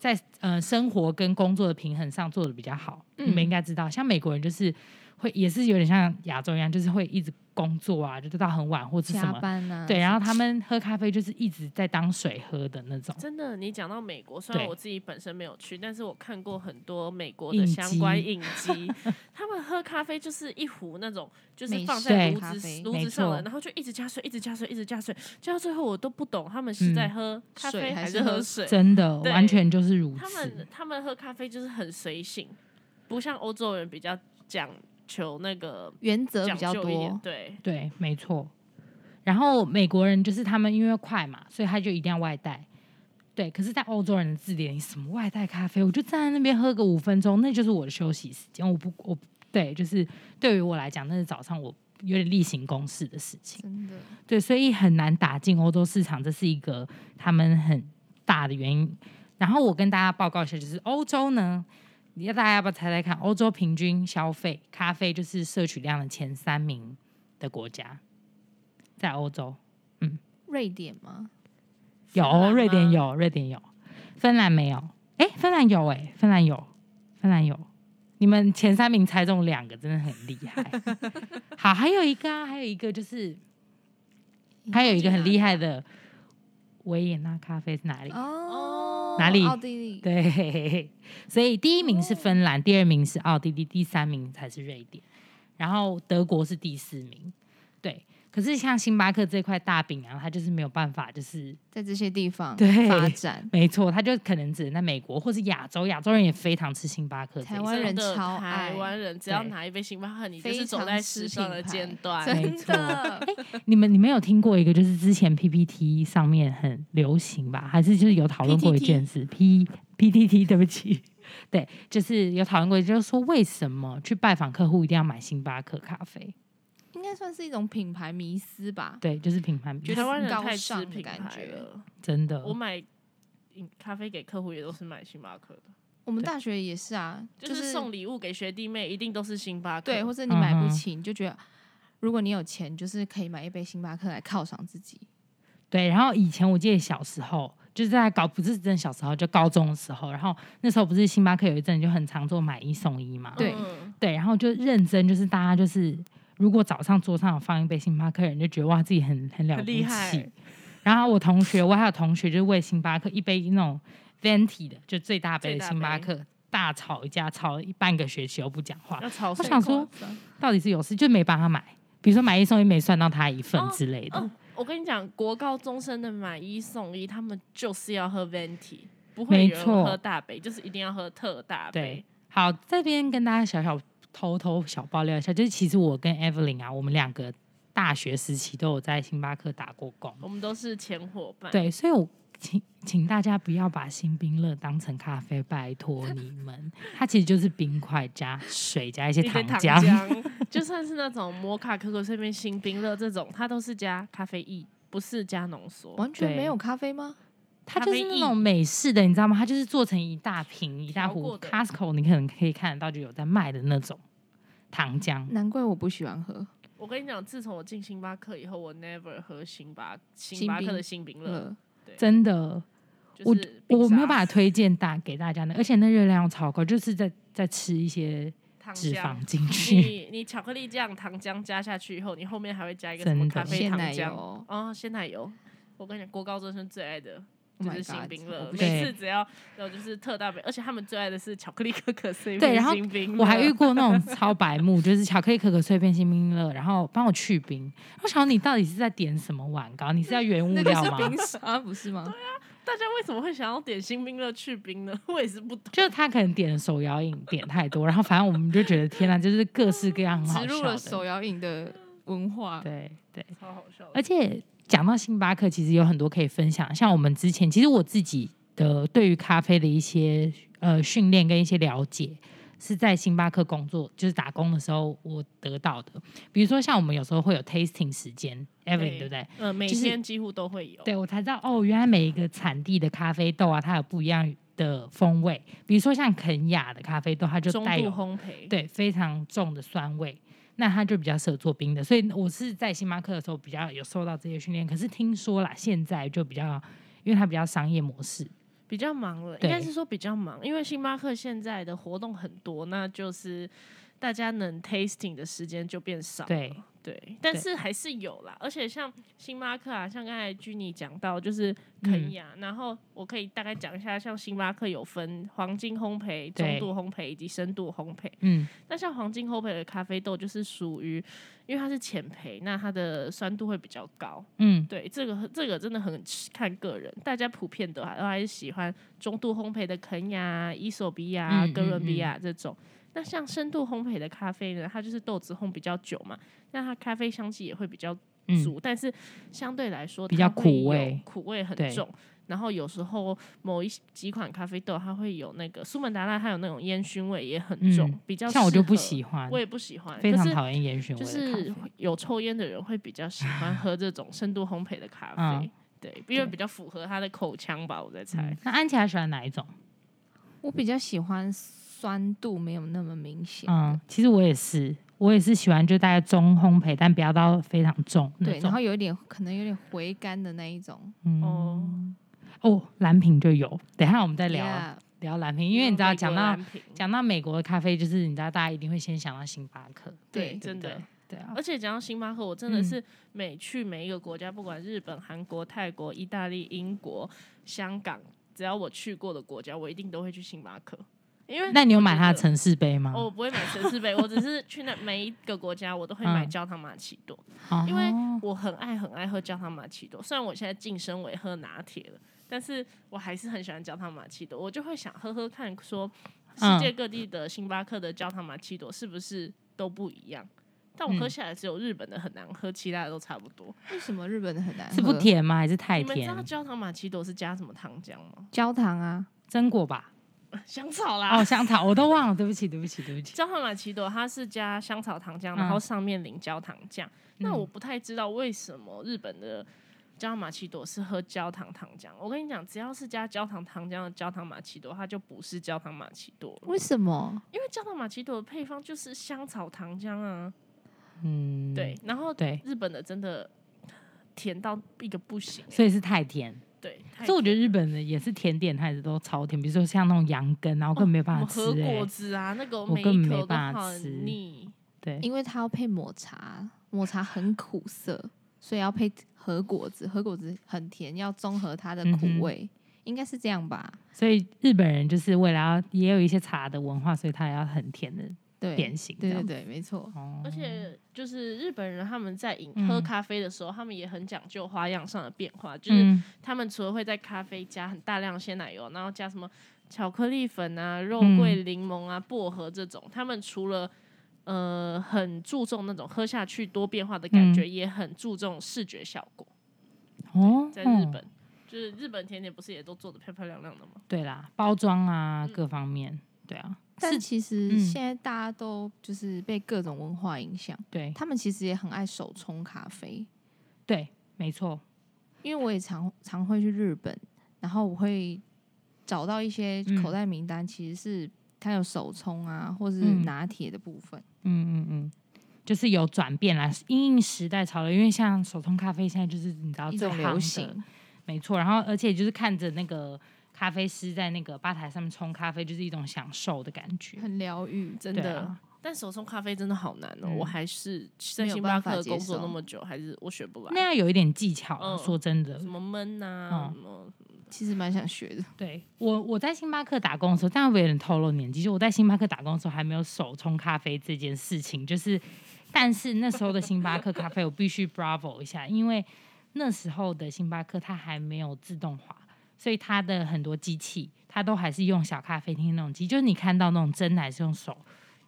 [SPEAKER 2] 在呃生活跟工作的平衡上做的比较好。你们
[SPEAKER 3] 嗯
[SPEAKER 2] 应该知道，像美国人就是会也是有点像亚洲一样，就是会一直工作啊，就是到很晚或者是什
[SPEAKER 3] 加
[SPEAKER 2] 么。
[SPEAKER 3] 班
[SPEAKER 1] 嗯
[SPEAKER 3] 啊。
[SPEAKER 2] 对，然后他们喝咖啡就是一直在当水喝的那种。
[SPEAKER 1] 真的，你讲到美国，虽然
[SPEAKER 2] 对
[SPEAKER 1] 我自己本身没有去，但是我看过很多美国的
[SPEAKER 2] 影
[SPEAKER 1] 相关
[SPEAKER 2] 集
[SPEAKER 1] 影集，他们喝咖啡就是一壶那种，就是
[SPEAKER 3] 美
[SPEAKER 1] 放
[SPEAKER 3] 式
[SPEAKER 1] 在
[SPEAKER 2] 对
[SPEAKER 1] 炉
[SPEAKER 3] 咖
[SPEAKER 1] 子
[SPEAKER 3] 啡
[SPEAKER 1] 炉
[SPEAKER 2] 没
[SPEAKER 1] 子上的，
[SPEAKER 2] 错
[SPEAKER 1] 然后就一直加水，一直加水，一直加水，加到最后我都不懂他们是在
[SPEAKER 2] 嗯
[SPEAKER 1] 喝咖
[SPEAKER 3] 水
[SPEAKER 1] 啡
[SPEAKER 3] 还
[SPEAKER 1] 是
[SPEAKER 3] 是
[SPEAKER 1] 喝
[SPEAKER 3] 喝
[SPEAKER 1] 水。
[SPEAKER 2] 真的，
[SPEAKER 1] 对
[SPEAKER 2] 完全就是如
[SPEAKER 1] 他
[SPEAKER 2] 此
[SPEAKER 1] 们。他们喝咖啡就是很随性，不像欧洲人比较讲求那个
[SPEAKER 3] 原则
[SPEAKER 1] 讲
[SPEAKER 3] 比较
[SPEAKER 1] 究一点
[SPEAKER 3] 多，。
[SPEAKER 1] 对，
[SPEAKER 2] 对，没错。然后美国人就是他们因为快嘛，所以他就一定要外带。对，可是，在欧洲人的字典里，什么外带咖啡，我就站在那边喝个五分钟，那就是我的休息时间。我不，我对，就是对于我来讲，那是早上我有点例行公事的事情。
[SPEAKER 3] 真的。
[SPEAKER 2] 对，所以很难打进欧洲市场，这是一个他们很大的原因。然后我跟大家报告一下，就是欧洲呢，你要大家要不要猜猜看？欧洲平均消费咖啡就是摄取量的前三名的国家，在欧洲
[SPEAKER 3] 瑞典吗？
[SPEAKER 1] 芬兰
[SPEAKER 2] 有
[SPEAKER 1] 吗
[SPEAKER 2] 瑞典有瑞典有，芬兰没有，哎，芬兰有哎、芬兰有芬兰有，你们前三名猜中两个，真的很厉 害。好，还有一个啊，还有一个就是还有一个很厉害的
[SPEAKER 1] 啊
[SPEAKER 2] 维也纳咖啡是哪里？
[SPEAKER 3] 哦，
[SPEAKER 2] 哪里
[SPEAKER 3] 奥地利。
[SPEAKER 2] 对，所以第一名是芬兰，第二名是奥地利，第三名才是瑞典，然后德国是第四名。对，可是像星巴克这块大饼啊，它就是没有办法，就是
[SPEAKER 3] 在这些地方
[SPEAKER 2] 对
[SPEAKER 3] 发展，
[SPEAKER 2] 没错，它就可能只能在美国或是亚洲，亚洲人也非常吃星巴克这一
[SPEAKER 3] 台
[SPEAKER 2] 种。
[SPEAKER 3] 湾
[SPEAKER 1] 真
[SPEAKER 3] 人
[SPEAKER 1] 的
[SPEAKER 3] 超
[SPEAKER 1] 台
[SPEAKER 3] 爱
[SPEAKER 1] 湾人只要
[SPEAKER 2] 对
[SPEAKER 1] 拿一杯星巴克，你就是
[SPEAKER 3] 非
[SPEAKER 1] 走
[SPEAKER 3] 常
[SPEAKER 1] 在时
[SPEAKER 3] 吃
[SPEAKER 1] 尚
[SPEAKER 3] 品
[SPEAKER 1] 的
[SPEAKER 3] 牌
[SPEAKER 1] 尖端。
[SPEAKER 2] 没
[SPEAKER 3] 真
[SPEAKER 2] 错
[SPEAKER 3] 的。
[SPEAKER 2] 你们你们有听过一个就是之前 PPT 上面很流行吧？还是就是有讨论过一件事 P PTT 对不起，对，就是有讨论过，就是说为什么去拜访客户一定要买星巴克咖啡？
[SPEAKER 3] 应该算是一种品牌迷思吧。
[SPEAKER 2] 对，就是品牌
[SPEAKER 3] 觉得
[SPEAKER 1] 台湾人
[SPEAKER 3] 高
[SPEAKER 1] 太吃
[SPEAKER 3] 尚的
[SPEAKER 1] 品
[SPEAKER 3] 感
[SPEAKER 1] 牌
[SPEAKER 3] 觉
[SPEAKER 1] 了。
[SPEAKER 2] 真的
[SPEAKER 1] 我买饮咖啡给客户也都是买星巴克的，
[SPEAKER 3] 我们
[SPEAKER 2] 对
[SPEAKER 3] 大学也是啊，
[SPEAKER 1] 就是是送礼物给学弟妹一定都是星巴克。
[SPEAKER 3] 对，或者你买
[SPEAKER 2] 嗯
[SPEAKER 3] 不起，你就觉得如果你有钱，就是可以买一杯星巴克来犒赏自己。
[SPEAKER 2] 对。然后以前我记得小时候就是在搞，不是真的小时候，就高中的时候，然后那时候不是星巴克有一阵就很常做买一送一嘛，
[SPEAKER 3] 对
[SPEAKER 1] 嗯
[SPEAKER 2] 对，然后就认真，就是大家就是，如果早上桌上有放一杯星巴克，人就觉得哇自己很很了不
[SPEAKER 1] 很厉害
[SPEAKER 2] 起。然后我同学，我还有同学就是为星巴克一杯那种 venti 的，就最大杯
[SPEAKER 1] 最
[SPEAKER 2] 的
[SPEAKER 1] 大
[SPEAKER 2] 星巴
[SPEAKER 1] 杯
[SPEAKER 2] 克，大大吵一架，吵一半个学期都不讲话，
[SPEAKER 1] 要吵
[SPEAKER 2] 我
[SPEAKER 1] 碎
[SPEAKER 2] 想
[SPEAKER 1] 瓜
[SPEAKER 2] 说
[SPEAKER 1] 子啊
[SPEAKER 2] 到底是有事就没帮他买，比如说买一送一没算到他一份之类的。
[SPEAKER 1] 哦，我跟你讲，国高中生的买一送一，他们就是要喝 venti，不会
[SPEAKER 2] 没
[SPEAKER 1] 有人
[SPEAKER 2] 错
[SPEAKER 1] 喝大杯，就是一定要喝特大杯
[SPEAKER 2] 对。，好，这边跟大家小小偷偷小爆料一下，就是其实我跟 Evelyn 啊，我们两个大学时期都有在星巴克打过工。
[SPEAKER 1] 我们都是前伙伴，，
[SPEAKER 2] 对，所以我请请大家不要把新冰乐当成咖啡，拜 托你们，它其实就是冰块加水加一些
[SPEAKER 1] 一
[SPEAKER 2] 糖
[SPEAKER 1] 杯糖
[SPEAKER 2] 浆。
[SPEAKER 1] 浆， 就算是那种摩卡、可可碎冰、新冰乐这种，它都是加咖啡液，不是加浓缩。
[SPEAKER 3] 完全
[SPEAKER 2] 对
[SPEAKER 3] 没有咖啡吗？
[SPEAKER 2] 它
[SPEAKER 1] 咖
[SPEAKER 2] 就
[SPEAKER 1] 啡
[SPEAKER 2] 是那
[SPEAKER 1] 液
[SPEAKER 2] 种美式的，你知道吗？它就是做成一大瓶一大
[SPEAKER 1] 调
[SPEAKER 2] 壶
[SPEAKER 1] 过的
[SPEAKER 2] ，Costco 你可能可以看得到就有在卖的那种糖
[SPEAKER 1] 嗯
[SPEAKER 2] 浆。
[SPEAKER 3] 难怪我不喜欢喝
[SPEAKER 1] 我跟你讲，自从我进星巴克以后，我 never 喝星巴星
[SPEAKER 3] 新
[SPEAKER 1] 巴克
[SPEAKER 3] 冰
[SPEAKER 1] 的新
[SPEAKER 2] 嗯
[SPEAKER 1] 冰乐，
[SPEAKER 3] 了。
[SPEAKER 2] 真的，
[SPEAKER 1] 就
[SPEAKER 2] 我
[SPEAKER 1] 是冰
[SPEAKER 2] 我没有
[SPEAKER 1] 沙
[SPEAKER 2] 办法推荐大给大家的，而且那热量超高，就是在在吃一些
[SPEAKER 1] 糖
[SPEAKER 2] 脂
[SPEAKER 1] 浆
[SPEAKER 2] 肪。进去。
[SPEAKER 1] 你你巧克力酱、糖浆加下去以后，你后面还会加一个什
[SPEAKER 2] 真
[SPEAKER 1] 么
[SPEAKER 2] 的
[SPEAKER 1] 咖啡
[SPEAKER 3] 鲜
[SPEAKER 1] 糖
[SPEAKER 3] 奶
[SPEAKER 1] 浆
[SPEAKER 3] 油
[SPEAKER 1] 哦，鲜奶油。我跟你讲，国高中生最爱的
[SPEAKER 3] Oh
[SPEAKER 1] 就
[SPEAKER 3] my
[SPEAKER 1] 是新
[SPEAKER 3] God，
[SPEAKER 1] 冰
[SPEAKER 3] 我
[SPEAKER 1] 乐，
[SPEAKER 3] 不
[SPEAKER 2] 行
[SPEAKER 1] 每次只要然后就是特大杯，而且他们最爱的是巧克力可可碎
[SPEAKER 2] 对
[SPEAKER 1] 冰
[SPEAKER 2] 然后
[SPEAKER 1] 新冰乐。
[SPEAKER 2] 我还遇过那种超白 目，就是巧克力可可碎片新冰乐，然后帮我去冰。我想你到底是在点什么碗糕？你是要原物
[SPEAKER 3] 那个
[SPEAKER 2] 料
[SPEAKER 3] 是
[SPEAKER 2] 吗
[SPEAKER 3] 冰？沙不是吗？
[SPEAKER 1] 大家为什么会想要点新冰乐去冰呢？我也是不懂。
[SPEAKER 2] 就是他可能点手摇饮点太多，然后反正我们就觉得天哪，就是各式各样很
[SPEAKER 3] 植
[SPEAKER 2] 啊好
[SPEAKER 3] 入
[SPEAKER 2] 笑
[SPEAKER 3] 了
[SPEAKER 2] 的。
[SPEAKER 3] 手摇饮的 文化。
[SPEAKER 2] 对对，
[SPEAKER 1] 超好笑的，
[SPEAKER 2] 而且讲到星巴克，其实有很多可以分享。像我们之前，其实我自己的对于咖啡的一些呃训练跟一些了解，是在星巴克工作，就是打工的时候我得到的。比如说，像我们有时候会有 tasting 时间，Evelyn 对不对？
[SPEAKER 1] 呃，每
[SPEAKER 2] 就是
[SPEAKER 1] 天几乎都会有。
[SPEAKER 2] 对我才知道哦，原来每一个产地的咖啡豆啊，它有不一样的风味。比如说像肯雅的咖啡豆，它就
[SPEAKER 1] 中度
[SPEAKER 2] 带有
[SPEAKER 1] 烘焙，
[SPEAKER 2] 对，非常重的酸味，那它就比较适合做冰的。所以我是在星巴克的时候比较有受到这些训练，可是听说啦，现在就比较，因为它比较商业模式，
[SPEAKER 1] 比较忙了，应
[SPEAKER 2] 对
[SPEAKER 1] 该是说比较忙，因为星巴克现在的活动很多，那就是大家能 tasting 的时间就变少了。
[SPEAKER 2] 对
[SPEAKER 1] 对，但
[SPEAKER 2] 对
[SPEAKER 1] 是还是有啦。而且像星巴克啊，像刚才 j 你讲到，就是肯雅，
[SPEAKER 2] 嗯
[SPEAKER 1] 然后我可以大概讲一下，像星巴克有分黄金烘焙、中
[SPEAKER 2] 对
[SPEAKER 1] 度烘焙以及深度烘焙。
[SPEAKER 2] 嗯，
[SPEAKER 1] 那像黄金烘焙的咖啡豆就是属于，因为它是浅焙，那它的酸度会比较高。
[SPEAKER 2] 嗯，
[SPEAKER 1] 对，这个这个真的很看个人，大家普遍的还都还是喜欢中度烘焙的肯雅、啊伊索比亚、
[SPEAKER 2] 嗯
[SPEAKER 1] 哥伦
[SPEAKER 2] 嗯
[SPEAKER 1] 比亚这种。那像深度烘焙的咖啡呢，它就是豆子烘比较久嘛，那它咖啡香气也会比较
[SPEAKER 2] 嗯
[SPEAKER 1] 足，但是相对来说
[SPEAKER 2] 比较
[SPEAKER 1] 它会
[SPEAKER 2] 苦
[SPEAKER 1] 有
[SPEAKER 2] 味
[SPEAKER 1] 苦味很
[SPEAKER 2] 对
[SPEAKER 1] 重。然后有时候某一几款咖啡豆，它会有那个苏门答腊，它有那种烟熏味也很重，
[SPEAKER 2] 嗯
[SPEAKER 1] 比较
[SPEAKER 2] 像我就
[SPEAKER 1] 适
[SPEAKER 2] 不
[SPEAKER 1] 合
[SPEAKER 2] 喜欢
[SPEAKER 1] 我，也不喜欢，
[SPEAKER 2] 非
[SPEAKER 1] 可
[SPEAKER 2] 常
[SPEAKER 1] 是
[SPEAKER 2] 讨厌烟熏味嗯
[SPEAKER 1] 就
[SPEAKER 2] 的咖
[SPEAKER 1] 是
[SPEAKER 2] 啡。
[SPEAKER 1] 会有抽烟的人会比较喜欢喝这种深度烘焙的咖啡，
[SPEAKER 2] 嗯
[SPEAKER 1] 对，因为
[SPEAKER 2] 对
[SPEAKER 1] 比较符合他的口腔吧，我在猜。
[SPEAKER 2] 嗯那安琪还喜欢哪一种？
[SPEAKER 3] 我比较喜欢酸度没有那么明显。
[SPEAKER 2] 嗯，其实我也是，我也是喜欢就大概中烘焙，但不要到非常重那
[SPEAKER 3] 对，然
[SPEAKER 2] 种
[SPEAKER 3] 后。有一点可能有点回甘的那一种，
[SPEAKER 2] 嗯
[SPEAKER 1] 哦
[SPEAKER 2] 哦，蓝瓶就有，等一下我们再聊啊
[SPEAKER 3] Yeah，
[SPEAKER 2] 聊蓝瓶，因为你知道讲到
[SPEAKER 1] 美国蓝瓶
[SPEAKER 2] 讲到美国的咖啡，就是你知道大家一定会先想到星巴克，
[SPEAKER 1] 对
[SPEAKER 3] 对
[SPEAKER 2] 对
[SPEAKER 1] 真
[SPEAKER 2] 不对
[SPEAKER 1] 的，
[SPEAKER 2] 对啊，
[SPEAKER 1] 而且讲到星巴克，我真的
[SPEAKER 2] 嗯
[SPEAKER 1] 是每去每一个国家，不管日本、韩国、泰国、意大利、英国、香港，只要我去过的国家，我一定都会去星巴克，因为
[SPEAKER 2] 那你有
[SPEAKER 1] 我
[SPEAKER 2] 买
[SPEAKER 1] 觉
[SPEAKER 2] 它
[SPEAKER 1] 得
[SPEAKER 2] 的城市杯吗？
[SPEAKER 1] 呃哦，我不会买城市杯，我只是去那每一个国家，我都会买
[SPEAKER 2] 嗯
[SPEAKER 1] 焦糖玛奇朵。
[SPEAKER 2] 哦
[SPEAKER 1] 因为我很爱很爱喝焦糖玛奇朵，虽然我现在晋升为喝拿铁了，但是我还是很喜欢焦糖玛奇朵，我就会想喝喝看，说世
[SPEAKER 2] 嗯
[SPEAKER 1] 界各地的星巴克的焦糖玛奇朵是不是都不一样？但我喝
[SPEAKER 2] 嗯
[SPEAKER 1] 下来只有日本的很难喝，其他的都差不多。
[SPEAKER 3] 为什么日本的很难喝？
[SPEAKER 2] 是不甜吗？还是太
[SPEAKER 1] 你们知
[SPEAKER 2] 甜
[SPEAKER 1] 道？焦糖玛奇朵是加什么糖浆吗？
[SPEAKER 3] 焦糖啊，
[SPEAKER 2] 榛果吧？
[SPEAKER 1] 香草啦。
[SPEAKER 2] 哦，香草我都忘了，对不起，对不起，对不起。
[SPEAKER 1] 焦糖玛奇朵它是加香草糖浆，
[SPEAKER 2] 嗯
[SPEAKER 1] 然后上面淋焦糖酱。那
[SPEAKER 2] 嗯
[SPEAKER 1] 我不太知道为什么日本的焦糖玛奇朵是喝焦糖糖浆。我跟你讲，只要是加焦糖糖浆的焦糖玛奇朵，它就不是焦糖玛奇朵了
[SPEAKER 3] 为什么？
[SPEAKER 1] 因为焦糖玛奇朵的配方就是香草糖浆啊。
[SPEAKER 2] 嗯，
[SPEAKER 1] 对，然后
[SPEAKER 2] 对，
[SPEAKER 1] 日本的真的甜到一个不行、
[SPEAKER 2] 所以是太甜。
[SPEAKER 1] 对，
[SPEAKER 2] 所以我觉得
[SPEAKER 1] 得
[SPEAKER 2] 日本的也是甜点，它也是都超甜，比如说像那种羊羹，啊然后根本没办法吃
[SPEAKER 1] 我们喝
[SPEAKER 2] 欸
[SPEAKER 1] 果汁啊，那个
[SPEAKER 2] 我
[SPEAKER 1] 每
[SPEAKER 2] 根
[SPEAKER 1] 一
[SPEAKER 2] 本没
[SPEAKER 1] 口都
[SPEAKER 2] 办法吃
[SPEAKER 1] 很腻。
[SPEAKER 2] 对，
[SPEAKER 3] 因为它要配抹茶，抹茶很苦涩，所以要配核果子，核果子很甜，要综合它的
[SPEAKER 2] 嗯
[SPEAKER 3] 苦
[SPEAKER 2] 哼
[SPEAKER 3] 味，应该是这样吧？
[SPEAKER 2] 所以日本人就是为了要也有一些茶的文化，所以他也要很甜的
[SPEAKER 3] 对，
[SPEAKER 2] 典型这
[SPEAKER 3] 对
[SPEAKER 2] 样
[SPEAKER 3] 对
[SPEAKER 2] 子。
[SPEAKER 3] 对，没错，
[SPEAKER 2] 哦
[SPEAKER 1] 而且就是日本人他们在饮
[SPEAKER 2] 嗯
[SPEAKER 1] 喝咖啡的时候，他们也很讲究花样上的变化，就是
[SPEAKER 2] 嗯
[SPEAKER 1] 他们除了会在咖啡加很大量的鲜奶油，然后加什么巧克力粉啊、肉
[SPEAKER 2] 嗯
[SPEAKER 1] 桂、柠檬啊、薄荷这种，他们除了呃很注重那种喝下去多变化的感
[SPEAKER 3] 嗯
[SPEAKER 1] 觉，也很注重视觉效果。
[SPEAKER 2] 哦，
[SPEAKER 1] 在日
[SPEAKER 3] 嗯
[SPEAKER 2] 哦
[SPEAKER 1] 本，就是日本甜点不是也都做的漂漂亮亮的吗？
[SPEAKER 2] 对啦，包装啊
[SPEAKER 1] 嗯
[SPEAKER 2] 各方面，对啊，
[SPEAKER 3] 但
[SPEAKER 2] 是
[SPEAKER 3] 其
[SPEAKER 2] 嗯
[SPEAKER 3] 实现在大家都就是被各种文化影响，
[SPEAKER 2] 对
[SPEAKER 3] 他们其实也很爱手冲咖啡，
[SPEAKER 2] 对，没错，
[SPEAKER 3] 因为我也常常会去日本，然后我会找到一些
[SPEAKER 2] 嗯
[SPEAKER 3] 口袋名单，其实是它有手冲啊，或是
[SPEAKER 2] 嗯
[SPEAKER 3] 拿铁的部分。
[SPEAKER 2] 嗯嗯嗯，就是有转变啦，因应时代潮流，因为像手冲咖啡现在就是你知道
[SPEAKER 3] 一
[SPEAKER 2] 最
[SPEAKER 3] 种
[SPEAKER 2] 夯
[SPEAKER 3] 流
[SPEAKER 2] 的
[SPEAKER 3] 行，
[SPEAKER 2] 没错。然后而且就是看着那个咖啡师在那个吧台上面冲咖啡，就是一种享受的感觉，
[SPEAKER 3] 很疗愈，真
[SPEAKER 2] 对
[SPEAKER 3] 的。
[SPEAKER 2] 啊，
[SPEAKER 1] 但手冲咖啡真的好难哦，
[SPEAKER 2] 嗯
[SPEAKER 1] 我还是在
[SPEAKER 3] 没有
[SPEAKER 1] 星巴
[SPEAKER 3] 办法
[SPEAKER 1] 克
[SPEAKER 3] 接
[SPEAKER 1] 工作
[SPEAKER 3] 受
[SPEAKER 1] 那么久，还是我学不
[SPEAKER 2] 那
[SPEAKER 1] 来。
[SPEAKER 2] 要有一点技巧啦。
[SPEAKER 1] 嗯
[SPEAKER 2] 说真的
[SPEAKER 1] 什，么闷呐、
[SPEAKER 2] 嗯
[SPEAKER 1] 什么
[SPEAKER 3] 其实蛮想学的。
[SPEAKER 2] 对我我在星巴克打工的时候，当然我有点透露年纪，就我在星巴克打工的时候还没有手冲咖啡这件事情，就是，但是那时候的星巴克咖啡我必须 bravo 一下，因为那时候的星巴克它还没有自动化，所以它的很多机器它都还是用小咖啡厅那种机，就是你看到那种真奶是用手，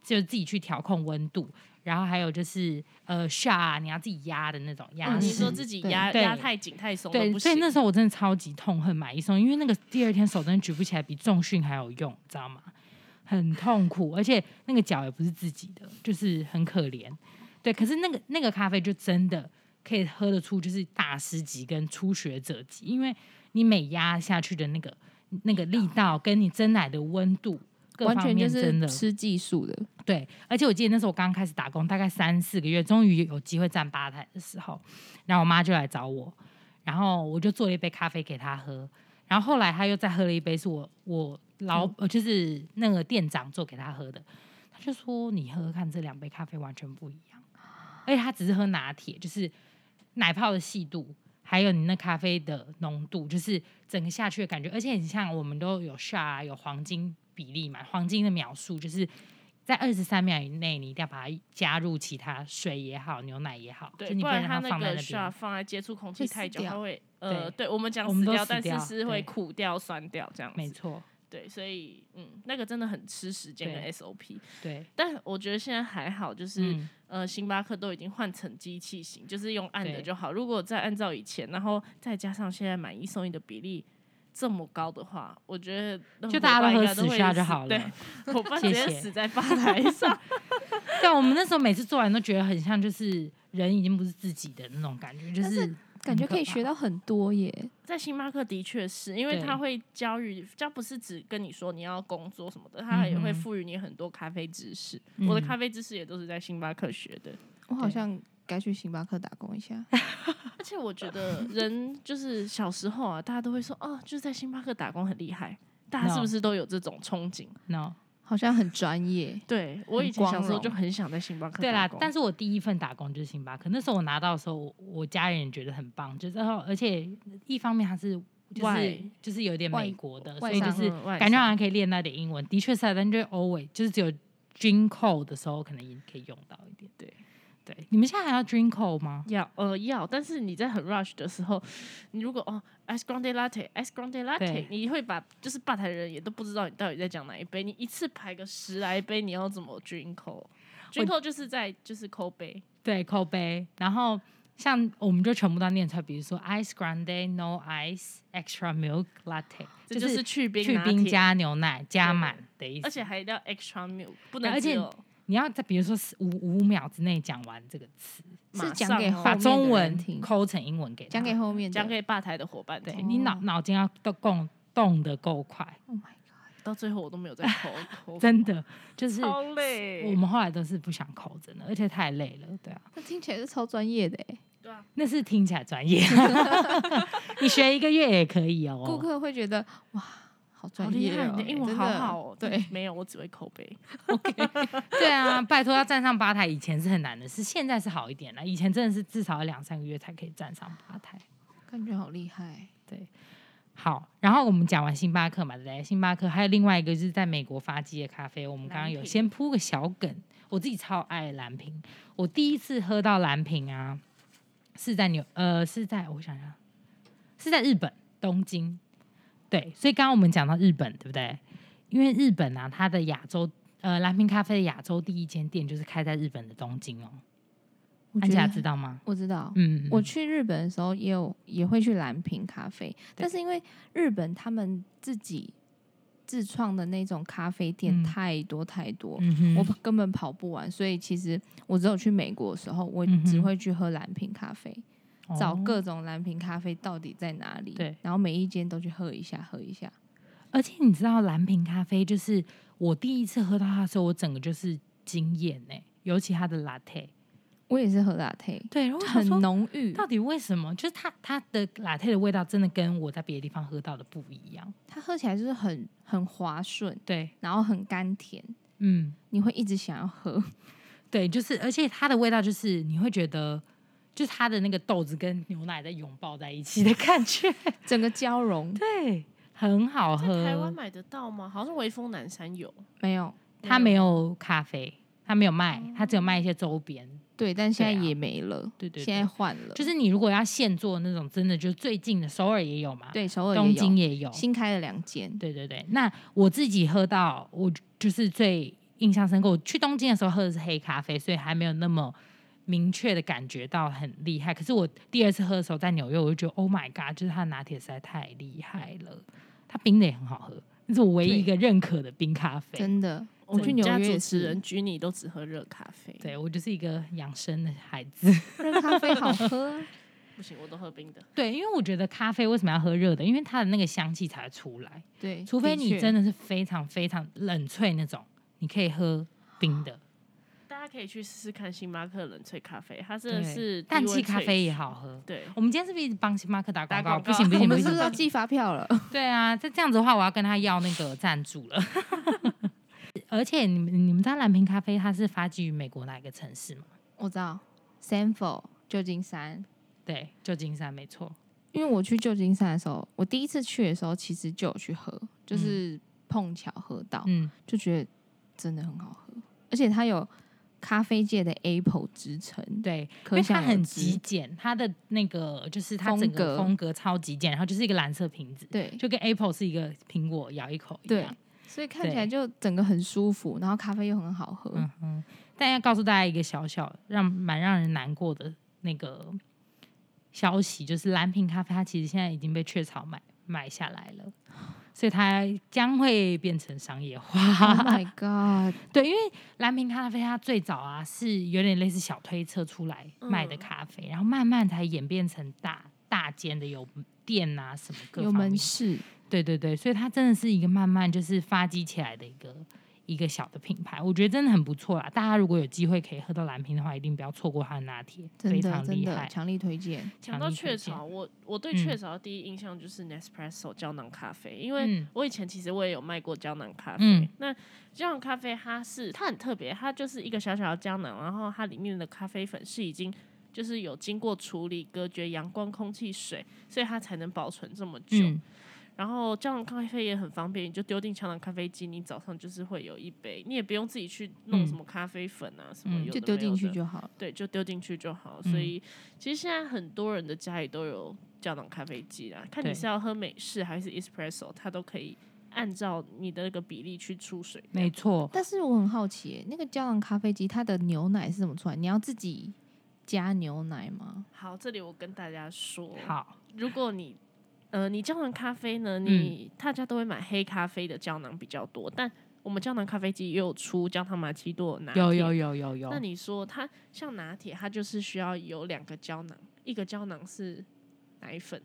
[SPEAKER 2] 就自己去调控温度，然后还有就是呃下、你要自己压的那种压
[SPEAKER 1] 哦，
[SPEAKER 3] 嗯
[SPEAKER 1] 你
[SPEAKER 2] 式。
[SPEAKER 1] 说自己
[SPEAKER 3] 对
[SPEAKER 1] 压
[SPEAKER 2] 对
[SPEAKER 1] 压太紧太松都
[SPEAKER 2] 对，
[SPEAKER 1] 不
[SPEAKER 2] 所以
[SPEAKER 1] 行
[SPEAKER 2] 那。时候我真的超级痛恨买一送一，因为那个第二天手真的举不起来，比重训还有用，知道吗？很痛苦，而且那个脚也不是自己的，就是很可怜。对，可是那个那个咖啡就真的可以喝得出，就是大师级跟初学者级，因为你每压下去的那个那个力道，跟你蒸奶的温度，各
[SPEAKER 3] 完
[SPEAKER 2] 方
[SPEAKER 3] 全就
[SPEAKER 2] 面真
[SPEAKER 3] 是
[SPEAKER 2] 的
[SPEAKER 3] 吃技术的，
[SPEAKER 2] 对，而且我记得那时候我刚开始打工，大概三四个月，终于有机会站吧台的时候，然后我妈就来找我，然后我就做了一杯咖啡给她喝，然后后来她又再喝了一杯，是我我老、
[SPEAKER 1] 嗯
[SPEAKER 2] 呃就是那个店长做给她喝的，她就说你喝喝看，这两杯咖啡完全不一样，而且她只是喝拿铁，就是奶泡的细度。还有你那咖啡的浓度，就是整个下去的感觉，而且你像我们都有下、有黄金比例嘛，黄金的秒数就是在二十三秒以内，你一定要把它加入其他水也好、牛奶也好，
[SPEAKER 1] 对
[SPEAKER 2] 就，你
[SPEAKER 1] 不
[SPEAKER 2] 不能
[SPEAKER 1] 然
[SPEAKER 2] 让
[SPEAKER 1] 那
[SPEAKER 2] 它放在
[SPEAKER 1] 个
[SPEAKER 2] 那
[SPEAKER 1] 需要
[SPEAKER 2] 边。
[SPEAKER 1] 放在接触空气
[SPEAKER 3] 会死
[SPEAKER 1] 太久，
[SPEAKER 3] 掉
[SPEAKER 1] 它会呃，
[SPEAKER 2] 对
[SPEAKER 1] 对我们讲
[SPEAKER 2] 我们
[SPEAKER 1] 死
[SPEAKER 2] 都
[SPEAKER 1] 掉，
[SPEAKER 2] 死
[SPEAKER 1] 但
[SPEAKER 2] 掉
[SPEAKER 1] 是是会
[SPEAKER 2] 对
[SPEAKER 1] 苦掉、酸掉这样
[SPEAKER 2] 没
[SPEAKER 1] 子。
[SPEAKER 2] 错，
[SPEAKER 1] 对，所以嗯，那个真的很吃时间
[SPEAKER 2] 对
[SPEAKER 1] 跟 SOP。
[SPEAKER 2] 对，
[SPEAKER 1] 但我觉得现在还好，就是、
[SPEAKER 2] 嗯，
[SPEAKER 1] 呃，星巴克都已经换成机器型，就是用按的
[SPEAKER 2] 对
[SPEAKER 1] 就好。如果再按照以前，然后再加上现在买一送一的比例这么高的话，我觉得那
[SPEAKER 2] 就
[SPEAKER 1] 伙
[SPEAKER 2] 大家
[SPEAKER 1] 伴
[SPEAKER 2] 都
[SPEAKER 1] 应该
[SPEAKER 2] 喝死
[SPEAKER 1] 会
[SPEAKER 2] 下就
[SPEAKER 1] 死
[SPEAKER 2] 好了。
[SPEAKER 1] 对，伙伴直
[SPEAKER 2] 谢
[SPEAKER 1] 接
[SPEAKER 2] 谢
[SPEAKER 1] 死在吧台上。
[SPEAKER 2] 对，啊我们那时候每次做完都觉得很像，就是人已经不是自己的那种感觉，就
[SPEAKER 3] 但
[SPEAKER 2] 是
[SPEAKER 3] 是感觉可以学到很多耶。
[SPEAKER 1] 在星巴克的确是因为
[SPEAKER 2] 对
[SPEAKER 1] 他会教育，他不是只跟你说你要工作什么的，他也
[SPEAKER 2] 嗯
[SPEAKER 1] 会
[SPEAKER 2] 哼
[SPEAKER 1] 赋予你很多咖啡知识。我的
[SPEAKER 2] 嗯
[SPEAKER 1] 咖啡知识也都是在星巴克学的。
[SPEAKER 3] 我好
[SPEAKER 2] 对
[SPEAKER 3] 像该去星巴克打工一下。
[SPEAKER 1] 而且我觉得人就是小时候啊，大家都会说哦，就是在星巴克打工很厉害，大家
[SPEAKER 2] No
[SPEAKER 1] 是不是都有这种憧憬？
[SPEAKER 2] no。
[SPEAKER 3] 好像很专业，
[SPEAKER 1] 对我以
[SPEAKER 3] 很
[SPEAKER 1] 前小
[SPEAKER 3] 光
[SPEAKER 1] 时候
[SPEAKER 3] 荣
[SPEAKER 1] 就很想在星巴克
[SPEAKER 2] 对
[SPEAKER 1] 打
[SPEAKER 2] 啦
[SPEAKER 1] 工，
[SPEAKER 2] 但是我第一份打工就是星巴克，那时候我拿到的时候，我我家人也觉得很棒，就是哦而且一方面它是就
[SPEAKER 1] 外
[SPEAKER 2] 是就是有点美
[SPEAKER 3] 外
[SPEAKER 2] 国的，
[SPEAKER 3] 外
[SPEAKER 2] 所以就
[SPEAKER 3] 商
[SPEAKER 2] 是
[SPEAKER 1] 嗯外
[SPEAKER 2] 感觉好
[SPEAKER 1] 商
[SPEAKER 2] 像可以练那点英文，的确是啊，但就是 always 就是只有 drink call 的时候可能也可以用到一点。
[SPEAKER 1] 对
[SPEAKER 2] 对，你们现在还要 drink call 吗？
[SPEAKER 1] 要呃要，但是你在很 rush 的时候，你如果哦 ice grande latte ice grande
[SPEAKER 2] 对
[SPEAKER 1] latte，你会把就是吧台的人也都不知道你到底在讲哪一杯，你一次排个十来杯，你要怎么 drink call？drink call 就是在就是扣杯，
[SPEAKER 2] 对，扣杯，然后。像我们就全部都念出来，比如说 ice grande no ice extra milk latte，
[SPEAKER 1] 这就是去冰
[SPEAKER 2] 去
[SPEAKER 1] 拿
[SPEAKER 2] 冰
[SPEAKER 1] 铁，
[SPEAKER 2] 加牛奶加
[SPEAKER 1] 对
[SPEAKER 2] 满的意思。
[SPEAKER 1] 而且还要 extra milk，不能
[SPEAKER 2] 而
[SPEAKER 1] 只
[SPEAKER 2] 且
[SPEAKER 1] 有
[SPEAKER 2] 你要在比如说四五五秒之内讲完这个词，
[SPEAKER 1] 马
[SPEAKER 3] 是讲
[SPEAKER 1] 上
[SPEAKER 3] 给
[SPEAKER 1] 哦
[SPEAKER 2] 把
[SPEAKER 3] 后面
[SPEAKER 2] 中
[SPEAKER 3] 的
[SPEAKER 2] 文
[SPEAKER 3] 人听
[SPEAKER 2] 抠成英文给他
[SPEAKER 3] 讲给后面的
[SPEAKER 1] 讲给哦吧台的伙伴
[SPEAKER 2] 对
[SPEAKER 1] 听。
[SPEAKER 2] 你脑脑筋要都动动得够快，
[SPEAKER 3] Oh my god！
[SPEAKER 1] 到最后我都没有 在抠抠，
[SPEAKER 2] 真的就是
[SPEAKER 1] 超
[SPEAKER 2] 我
[SPEAKER 1] 累。
[SPEAKER 2] 们后来都是不想抠，真的，而且太累了，对啊，
[SPEAKER 3] 那听起来是超专业的哎。
[SPEAKER 1] 对啊，
[SPEAKER 2] 那是听起来 专业，你学一个月也可以哦。
[SPEAKER 3] 顾客会觉得哇，好
[SPEAKER 1] 好
[SPEAKER 3] 专
[SPEAKER 1] 厉
[SPEAKER 3] 业、
[SPEAKER 1] 害，
[SPEAKER 3] 哦，
[SPEAKER 1] 你的英
[SPEAKER 3] 真
[SPEAKER 1] 文好好哦。
[SPEAKER 3] 对，
[SPEAKER 1] 没有，我只会口碑。
[SPEAKER 2] 对啊，拜托要站上吧台，以前是很难的事，现在是好一点了，以前真的是至少要两三个月才可以站上吧台。
[SPEAKER 3] 感觉好厉害。
[SPEAKER 2] 对，好，然后我们讲完星巴克嘛，对不对？星巴克还有另外一个就是在美国发迹的咖啡，我们刚刚有
[SPEAKER 1] 蓝瓶
[SPEAKER 2] 先铺个小梗，我自己超爱蓝瓶。我第一次喝到蓝瓶啊，是在纽呃是在我想想，是在日本东京。对，所以刚刚我们讲到日本，对不对？因为日本啊，它的亚洲呃蓝瓶咖啡的亚洲第一间店就是开在日本的东京哦。
[SPEAKER 3] 我
[SPEAKER 2] 安
[SPEAKER 3] 觉
[SPEAKER 2] 琪拉
[SPEAKER 3] 得
[SPEAKER 2] 知道吗？
[SPEAKER 3] 我知道，
[SPEAKER 2] 嗯，
[SPEAKER 3] 我
[SPEAKER 2] 嗯
[SPEAKER 3] 去日本的时候也有也会去蓝瓶咖啡，但是因为日本他们自己自创的那种咖啡店
[SPEAKER 2] 嗯
[SPEAKER 3] 太多太多，
[SPEAKER 2] 嗯哼
[SPEAKER 3] 我根本跑不完，所以其实我只有去美国的时候，我
[SPEAKER 2] 嗯哼
[SPEAKER 3] 只会去喝蓝瓶咖啡，找
[SPEAKER 2] 哦
[SPEAKER 3] 各种蓝瓶咖啡到底在哪里，
[SPEAKER 2] 对，
[SPEAKER 3] 然后每一间都去喝一下，喝一下。
[SPEAKER 2] 而且你知道蓝瓶咖啡，就是我第一次喝到它的时候，我整个就是惊艳呢、尤其它的 latte，
[SPEAKER 3] 我也是喝 latte，
[SPEAKER 2] 对，然后我想
[SPEAKER 3] 很
[SPEAKER 2] 说
[SPEAKER 3] 浓郁，
[SPEAKER 2] 到底为什么？就是它它的 latte 的味道真的跟我在别的地方喝到的不一样。
[SPEAKER 3] 它喝起来就是很很滑顺，
[SPEAKER 2] 对，
[SPEAKER 3] 然后很甘甜，
[SPEAKER 2] 嗯，
[SPEAKER 3] 你会一直想要喝。
[SPEAKER 2] 对，就是而且它的味道就是你会觉得，就是它的那个豆子跟牛奶在拥抱在一起的感觉，
[SPEAKER 3] 整个交 融
[SPEAKER 2] 对，很好
[SPEAKER 1] 在
[SPEAKER 2] 喝。
[SPEAKER 1] 台湾买得到吗？好像微风南山有，
[SPEAKER 3] 没有
[SPEAKER 2] 它没有咖啡，它没有卖，它只有卖一些周边。
[SPEAKER 3] 对，但现在
[SPEAKER 2] 对啊
[SPEAKER 3] 也没了，
[SPEAKER 2] 对对对
[SPEAKER 3] 现在换了，
[SPEAKER 2] 就是你如果要现做那种，真的就是最近的首尔也有嘛，
[SPEAKER 3] 对首尔也
[SPEAKER 2] 东
[SPEAKER 3] 有
[SPEAKER 2] 京也有，
[SPEAKER 3] 新开了两间，
[SPEAKER 2] 对对对。那我自己喝到，我就是最印象深刻。我去东京的时候喝的是黑咖啡，所以还没有那么明确的感觉到很厉害。可是我第二次喝的时候在纽约，我就觉得 Oh my God，就是它的拿铁实在太厉害了，它冰的也很好喝，那是我唯一一个认可的冰咖啡。
[SPEAKER 3] 真的，我
[SPEAKER 1] 我
[SPEAKER 3] 去
[SPEAKER 1] 们
[SPEAKER 3] 纽
[SPEAKER 1] 家
[SPEAKER 3] 约
[SPEAKER 1] 主
[SPEAKER 3] 也
[SPEAKER 1] 持
[SPEAKER 3] 是
[SPEAKER 1] 人，居你都只喝热咖啡，
[SPEAKER 2] 对，我就是一个养生的孩子。
[SPEAKER 3] 热咖啡好 喝 啊，
[SPEAKER 1] 不行，我都喝冰的。
[SPEAKER 2] 对，因为我觉得咖啡为什么要喝热的？因为它的那个香气才会出来。
[SPEAKER 3] 对，
[SPEAKER 2] 除非你真
[SPEAKER 3] 的
[SPEAKER 2] 的是非常非常冷萃那种，你可以喝冰的，
[SPEAKER 1] 大家可以去试试看星巴克冷萃咖啡，它真
[SPEAKER 2] 对，
[SPEAKER 1] 的是
[SPEAKER 2] 氮
[SPEAKER 1] 低温
[SPEAKER 2] 气咖
[SPEAKER 1] 萃
[SPEAKER 2] 啡也
[SPEAKER 1] 取。
[SPEAKER 2] 好喝。
[SPEAKER 1] 对，
[SPEAKER 2] 我们今天是不是一直帮星巴克打
[SPEAKER 1] 打
[SPEAKER 2] 广告？
[SPEAKER 1] 广告
[SPEAKER 2] 不行不
[SPEAKER 3] 确，我
[SPEAKER 2] 行不
[SPEAKER 3] 们是不是要
[SPEAKER 2] 行！
[SPEAKER 3] 寄发票了？
[SPEAKER 2] 对啊，这这样子的话，我要跟他要那个赞助了。 而且你们你们知道蓝瓶咖啡它是发迹于美国哪一个城市吗？
[SPEAKER 3] 我知道 s a n f o r 旧金山，
[SPEAKER 2] 对，旧金山没错。
[SPEAKER 3] 因为我去旧金山的时候，我第一次去的时候其实就有去喝，就是碰巧喝到，
[SPEAKER 2] 嗯，
[SPEAKER 3] 就觉得真的很好喝，而且它有咖啡界的 Apple 之称，
[SPEAKER 2] 对，因
[SPEAKER 3] 可
[SPEAKER 2] 为它
[SPEAKER 3] 想而
[SPEAKER 2] 很极
[SPEAKER 3] 知。
[SPEAKER 2] 简，它的那个就是它整
[SPEAKER 3] 风格
[SPEAKER 2] 个风格超极简，然后就是一个蓝色瓶子，
[SPEAKER 3] 对
[SPEAKER 2] 就跟 Apple 是一个苹果咬一口一
[SPEAKER 3] 对
[SPEAKER 2] 样。，
[SPEAKER 3] 所以看起来就整个很舒服，然后咖啡又很好喝。
[SPEAKER 2] 嗯哼，但要告诉大家一个小小让蛮让人难过的那个消息，就是蓝瓶咖啡它其实现在已经被雀巢买买下来了，所以它将会变成商业化。
[SPEAKER 3] Oh my god！
[SPEAKER 2] 对，因为蓝瓶咖啡它最早啊是有点类似小推车出来卖的
[SPEAKER 1] 嗯
[SPEAKER 2] 咖啡，然后慢慢才演变成大大间的有店啊什么各
[SPEAKER 3] 有
[SPEAKER 2] 方面
[SPEAKER 3] 门。市，
[SPEAKER 2] 对对对，所以它真的是一个慢慢就是发迹起来的一个一个小的品牌，我觉得真的很不错啦。大家如果有机会可以喝到蓝瓶的话，一定不要错过它的拿铁，
[SPEAKER 3] 真
[SPEAKER 2] 非
[SPEAKER 3] 的
[SPEAKER 2] 常
[SPEAKER 3] 真
[SPEAKER 2] 厉
[SPEAKER 3] 的
[SPEAKER 2] 害。
[SPEAKER 3] 强力推荐。
[SPEAKER 1] 讲到
[SPEAKER 2] 强力推
[SPEAKER 1] 雀
[SPEAKER 2] 荐
[SPEAKER 1] 巢，我我对
[SPEAKER 2] 嗯
[SPEAKER 1] 雀巢的第一印象就是 Nespresso 胶囊咖啡，因为
[SPEAKER 2] 嗯
[SPEAKER 1] 我以前其实我也有卖过胶囊咖啡。
[SPEAKER 2] 嗯
[SPEAKER 1] 那胶囊咖啡它是它很特别，它就是一个小小的胶囊，然后它里面的咖啡粉是已经就是有经过处理、隔绝阳光、空气、水，所以它才能保存这么久。
[SPEAKER 2] 嗯，
[SPEAKER 1] 然后胶囊咖啡也很方便，你就丢进胶囊咖啡机，你早上就是会有一杯，你也不用自己去弄
[SPEAKER 2] 嗯
[SPEAKER 1] 什么咖啡粉啊、什么有的
[SPEAKER 2] 嗯
[SPEAKER 1] 没有
[SPEAKER 3] 就
[SPEAKER 1] 的，
[SPEAKER 3] 丢进去就好了。
[SPEAKER 1] 对，就丢进去就好。
[SPEAKER 2] 嗯
[SPEAKER 1] 所以其实现在很多人的家里都有胶囊咖啡机啦，看你
[SPEAKER 2] 对
[SPEAKER 1] 是要喝美式还是 espresso，它都可以按照你的那个比例去出水。
[SPEAKER 2] 没错，
[SPEAKER 3] 但是我很好奇耶，那个胶囊咖啡机它的牛奶是怎么出来？你要自己加牛奶吗？
[SPEAKER 1] 好，这里我跟大家说，
[SPEAKER 2] 好，
[SPEAKER 1] 如果你呃你胶囊咖啡
[SPEAKER 3] 嗯
[SPEAKER 1] 呢，你、大家都会买黑咖啡的胶囊比较多，但我们胶囊咖啡机也有出焦糖玛奇朵拿铁
[SPEAKER 2] 有有有有有
[SPEAKER 1] 那，你说它像拿铁，它就是需要有两个胶囊，一个胶囊是奶粉，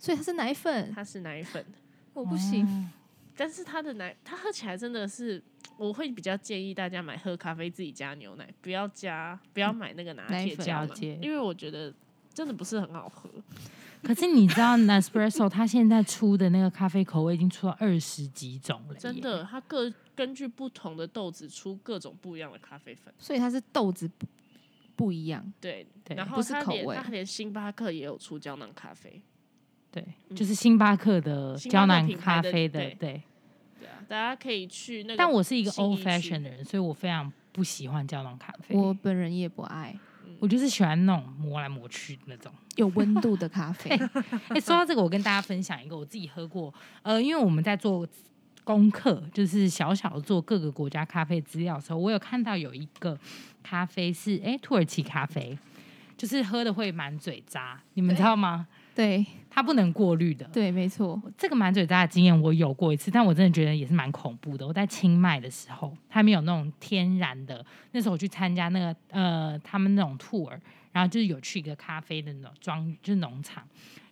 [SPEAKER 3] 所以它是奶粉，
[SPEAKER 1] 它是奶粉，
[SPEAKER 3] 我不行。
[SPEAKER 2] 哦
[SPEAKER 1] 但是它的奶，它喝起来真的是，我会比较建议大家买喝咖啡自己加牛奶，不要加，不要买那个拿
[SPEAKER 3] 奶
[SPEAKER 1] 铁
[SPEAKER 3] 粉
[SPEAKER 1] 胶
[SPEAKER 2] 了
[SPEAKER 1] 囊
[SPEAKER 2] 解，
[SPEAKER 1] 因为我觉得真的不是很好喝。
[SPEAKER 2] 可是你知道 Nespresso 它现在出的那个咖啡口味已经出到二十几种了，
[SPEAKER 1] 真。的，它各根据不同的豆子出各种不一样的咖啡粉，
[SPEAKER 3] 所以它是豆子不不一样，
[SPEAKER 1] 对，
[SPEAKER 2] 对
[SPEAKER 1] 然后
[SPEAKER 3] 不是
[SPEAKER 1] 它
[SPEAKER 3] 口
[SPEAKER 1] 连
[SPEAKER 3] 味
[SPEAKER 1] 它连星巴克也有出胶囊咖啡，
[SPEAKER 2] 对，
[SPEAKER 1] 嗯
[SPEAKER 2] 就是星巴克的
[SPEAKER 1] 星巴克
[SPEAKER 2] 胶囊
[SPEAKER 1] 品牌
[SPEAKER 2] 咖
[SPEAKER 1] 的
[SPEAKER 2] 啡的，
[SPEAKER 1] 对
[SPEAKER 2] 对。
[SPEAKER 1] 对啊，大家可以去那个。
[SPEAKER 2] 但我是一个
[SPEAKER 1] 信义
[SPEAKER 2] old
[SPEAKER 1] 区
[SPEAKER 2] fashion 的人，所以我非常不喜欢胶囊咖啡。
[SPEAKER 3] 我本人也不爱
[SPEAKER 2] 我就是喜欢那种磨来磨去的那种。
[SPEAKER 3] 有温度的咖啡。
[SPEAKER 2] 哎、说到这个，我跟大家分享一个我自己喝过，呃，因为我们在做功课，就是小小做各个国家咖啡资料的时候，我有看到有一个咖啡是哎、土耳其咖啡，就是喝的会满嘴渣，你们知道吗？
[SPEAKER 3] 对
[SPEAKER 2] 它不能过滤的。
[SPEAKER 3] 对，没错，
[SPEAKER 2] 这个满嘴渣的经验我有过一次，但我真的觉得也是蛮恐怖的。我在清迈的时候，他们有那种天然的，那时候我去参加那个呃他们那种 tour，然后就是有去一个咖啡的那种庄，就是农场，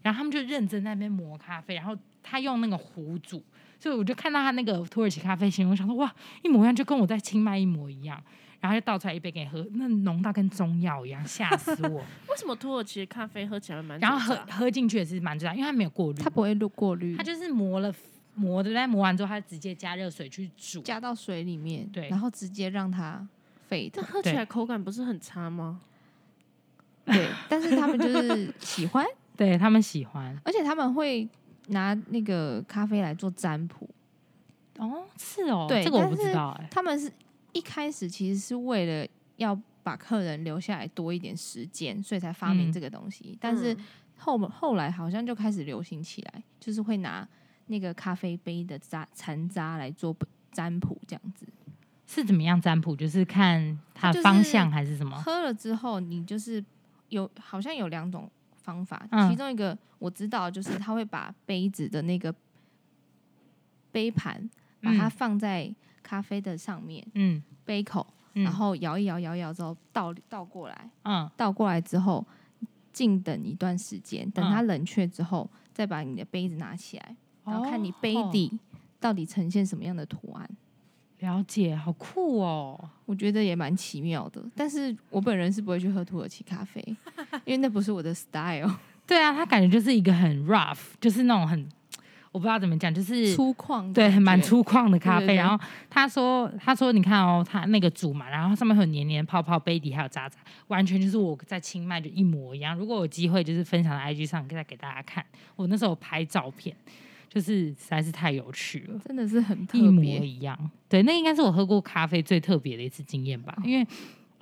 [SPEAKER 2] 然后他们就认真在那边磨咖啡，然后他用那个壶煮，所以我就看到他那个土耳其咖啡形容，我想说哇，一模一样，就跟我在清迈一模一样。然后就倒出来一杯给你喝，那浓到跟中药一样，吓死我！
[SPEAKER 1] 为什么土耳其的咖啡喝起来蛮
[SPEAKER 2] 然后
[SPEAKER 1] 复
[SPEAKER 2] 喝
[SPEAKER 1] 杂
[SPEAKER 2] 喝进去也是蛮知道，因为它没有过滤，
[SPEAKER 3] 它不会过过滤
[SPEAKER 2] 它，就是磨了磨的，但磨完之后，它直接加热水去煮。
[SPEAKER 3] 加到水里面，
[SPEAKER 2] 对
[SPEAKER 3] 然后直接让它沸
[SPEAKER 1] 但
[SPEAKER 3] 腾。
[SPEAKER 1] 喝起
[SPEAKER 2] 对
[SPEAKER 1] 来口感不是很差吗？
[SPEAKER 3] 对，但是他们就是喜欢，
[SPEAKER 2] 对他们喜欢
[SPEAKER 3] 而且他们会拿那个咖啡来做占卜。
[SPEAKER 2] 哦，是哦，
[SPEAKER 3] 对
[SPEAKER 2] 这个我
[SPEAKER 3] 但
[SPEAKER 2] 不知
[SPEAKER 3] 是
[SPEAKER 2] 道哎、
[SPEAKER 3] 他们是一开始其实是为了要把客人留下来多一点时间，所以才发明
[SPEAKER 2] 嗯
[SPEAKER 3] 这个东西。但是
[SPEAKER 1] 嗯
[SPEAKER 3] 后后来好像就开始流行起来，就是会拿那个咖啡杯的渣残渣来做占卜这样子。
[SPEAKER 2] 是怎么样占卜？就是看它
[SPEAKER 3] 就
[SPEAKER 2] 的方
[SPEAKER 3] 是
[SPEAKER 2] 向还是什么？
[SPEAKER 3] 喝了之后，你就是有好像有两种方法，
[SPEAKER 2] 嗯
[SPEAKER 3] 其中一个我知道就是他会把杯子的那个杯盘把它
[SPEAKER 2] 嗯
[SPEAKER 3] 放在咖啡的上面、
[SPEAKER 2] 嗯
[SPEAKER 3] 杯口，
[SPEAKER 2] 嗯，
[SPEAKER 3] 然后摇一摇摇一摇之后倒倒过来，
[SPEAKER 2] 嗯
[SPEAKER 3] 倒过来之后静等一段时间，等它
[SPEAKER 2] 嗯
[SPEAKER 3] 冷却之后，再把你的杯子拿起来，然后看你杯
[SPEAKER 2] 哦
[SPEAKER 3] 底到底呈现什么样的图案。
[SPEAKER 2] 了解，好酷哦。
[SPEAKER 3] 我觉得也蛮奇妙的，但是我本人是不会去喝土耳 其咖啡，因为那不是我的 style，
[SPEAKER 2] 对啊，它感觉就是一个很 rough，就是那种很我不知道怎么讲，就是
[SPEAKER 3] 粗犷的感觉，
[SPEAKER 2] 对，很蛮粗犷的咖啡。
[SPEAKER 3] 嗯对对对
[SPEAKER 2] 然后他说，他说你看哦，他那个煮嘛，然后上面会有黏黏的泡泡，杯底还有渣渣，完全就是我在清迈就一模一样。如果有机会，就是分享在 IG 上再给大家看。我那时候拍照片，就是实在是太有趣了。
[SPEAKER 3] 真的是很特
[SPEAKER 2] 一模
[SPEAKER 3] 别。
[SPEAKER 2] 一样。对，那应该是我喝过咖啡最特别的一次经验
[SPEAKER 3] 哦
[SPEAKER 2] 吧，因为。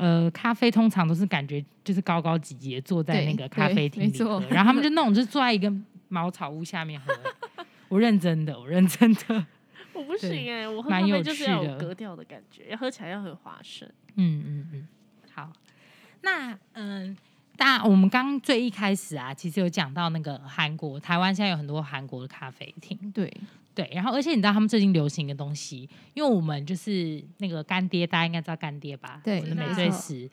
[SPEAKER 2] 呃，咖啡通常都是感觉就是高高级级的坐在
[SPEAKER 3] 对
[SPEAKER 2] 那个咖啡厅
[SPEAKER 3] 对
[SPEAKER 2] 里
[SPEAKER 3] 没错
[SPEAKER 2] 喝，然后他们就那种就坐在一个茅草屋下面喝。我认真的，我认真的，
[SPEAKER 1] 我不行
[SPEAKER 2] 对
[SPEAKER 1] 哎、我喝
[SPEAKER 2] 蛮
[SPEAKER 1] 咖啡
[SPEAKER 2] 有
[SPEAKER 1] 就是
[SPEAKER 2] 趣
[SPEAKER 1] 要有
[SPEAKER 2] 的
[SPEAKER 1] 格调的感觉，要喝起来要很滑顺。
[SPEAKER 2] 嗯嗯嗯，好，那嗯，大我们刚最一开始啊，其实有讲到那个韩国，台湾现在有很多韩国的咖啡厅，
[SPEAKER 3] 对，
[SPEAKER 2] 对，然后而且你知道他们最近流行一个东西，因为我们就是那个干爹，大家应该知道干爹吧？
[SPEAKER 3] 对
[SPEAKER 2] 我们的美
[SPEAKER 1] 知道
[SPEAKER 2] 最时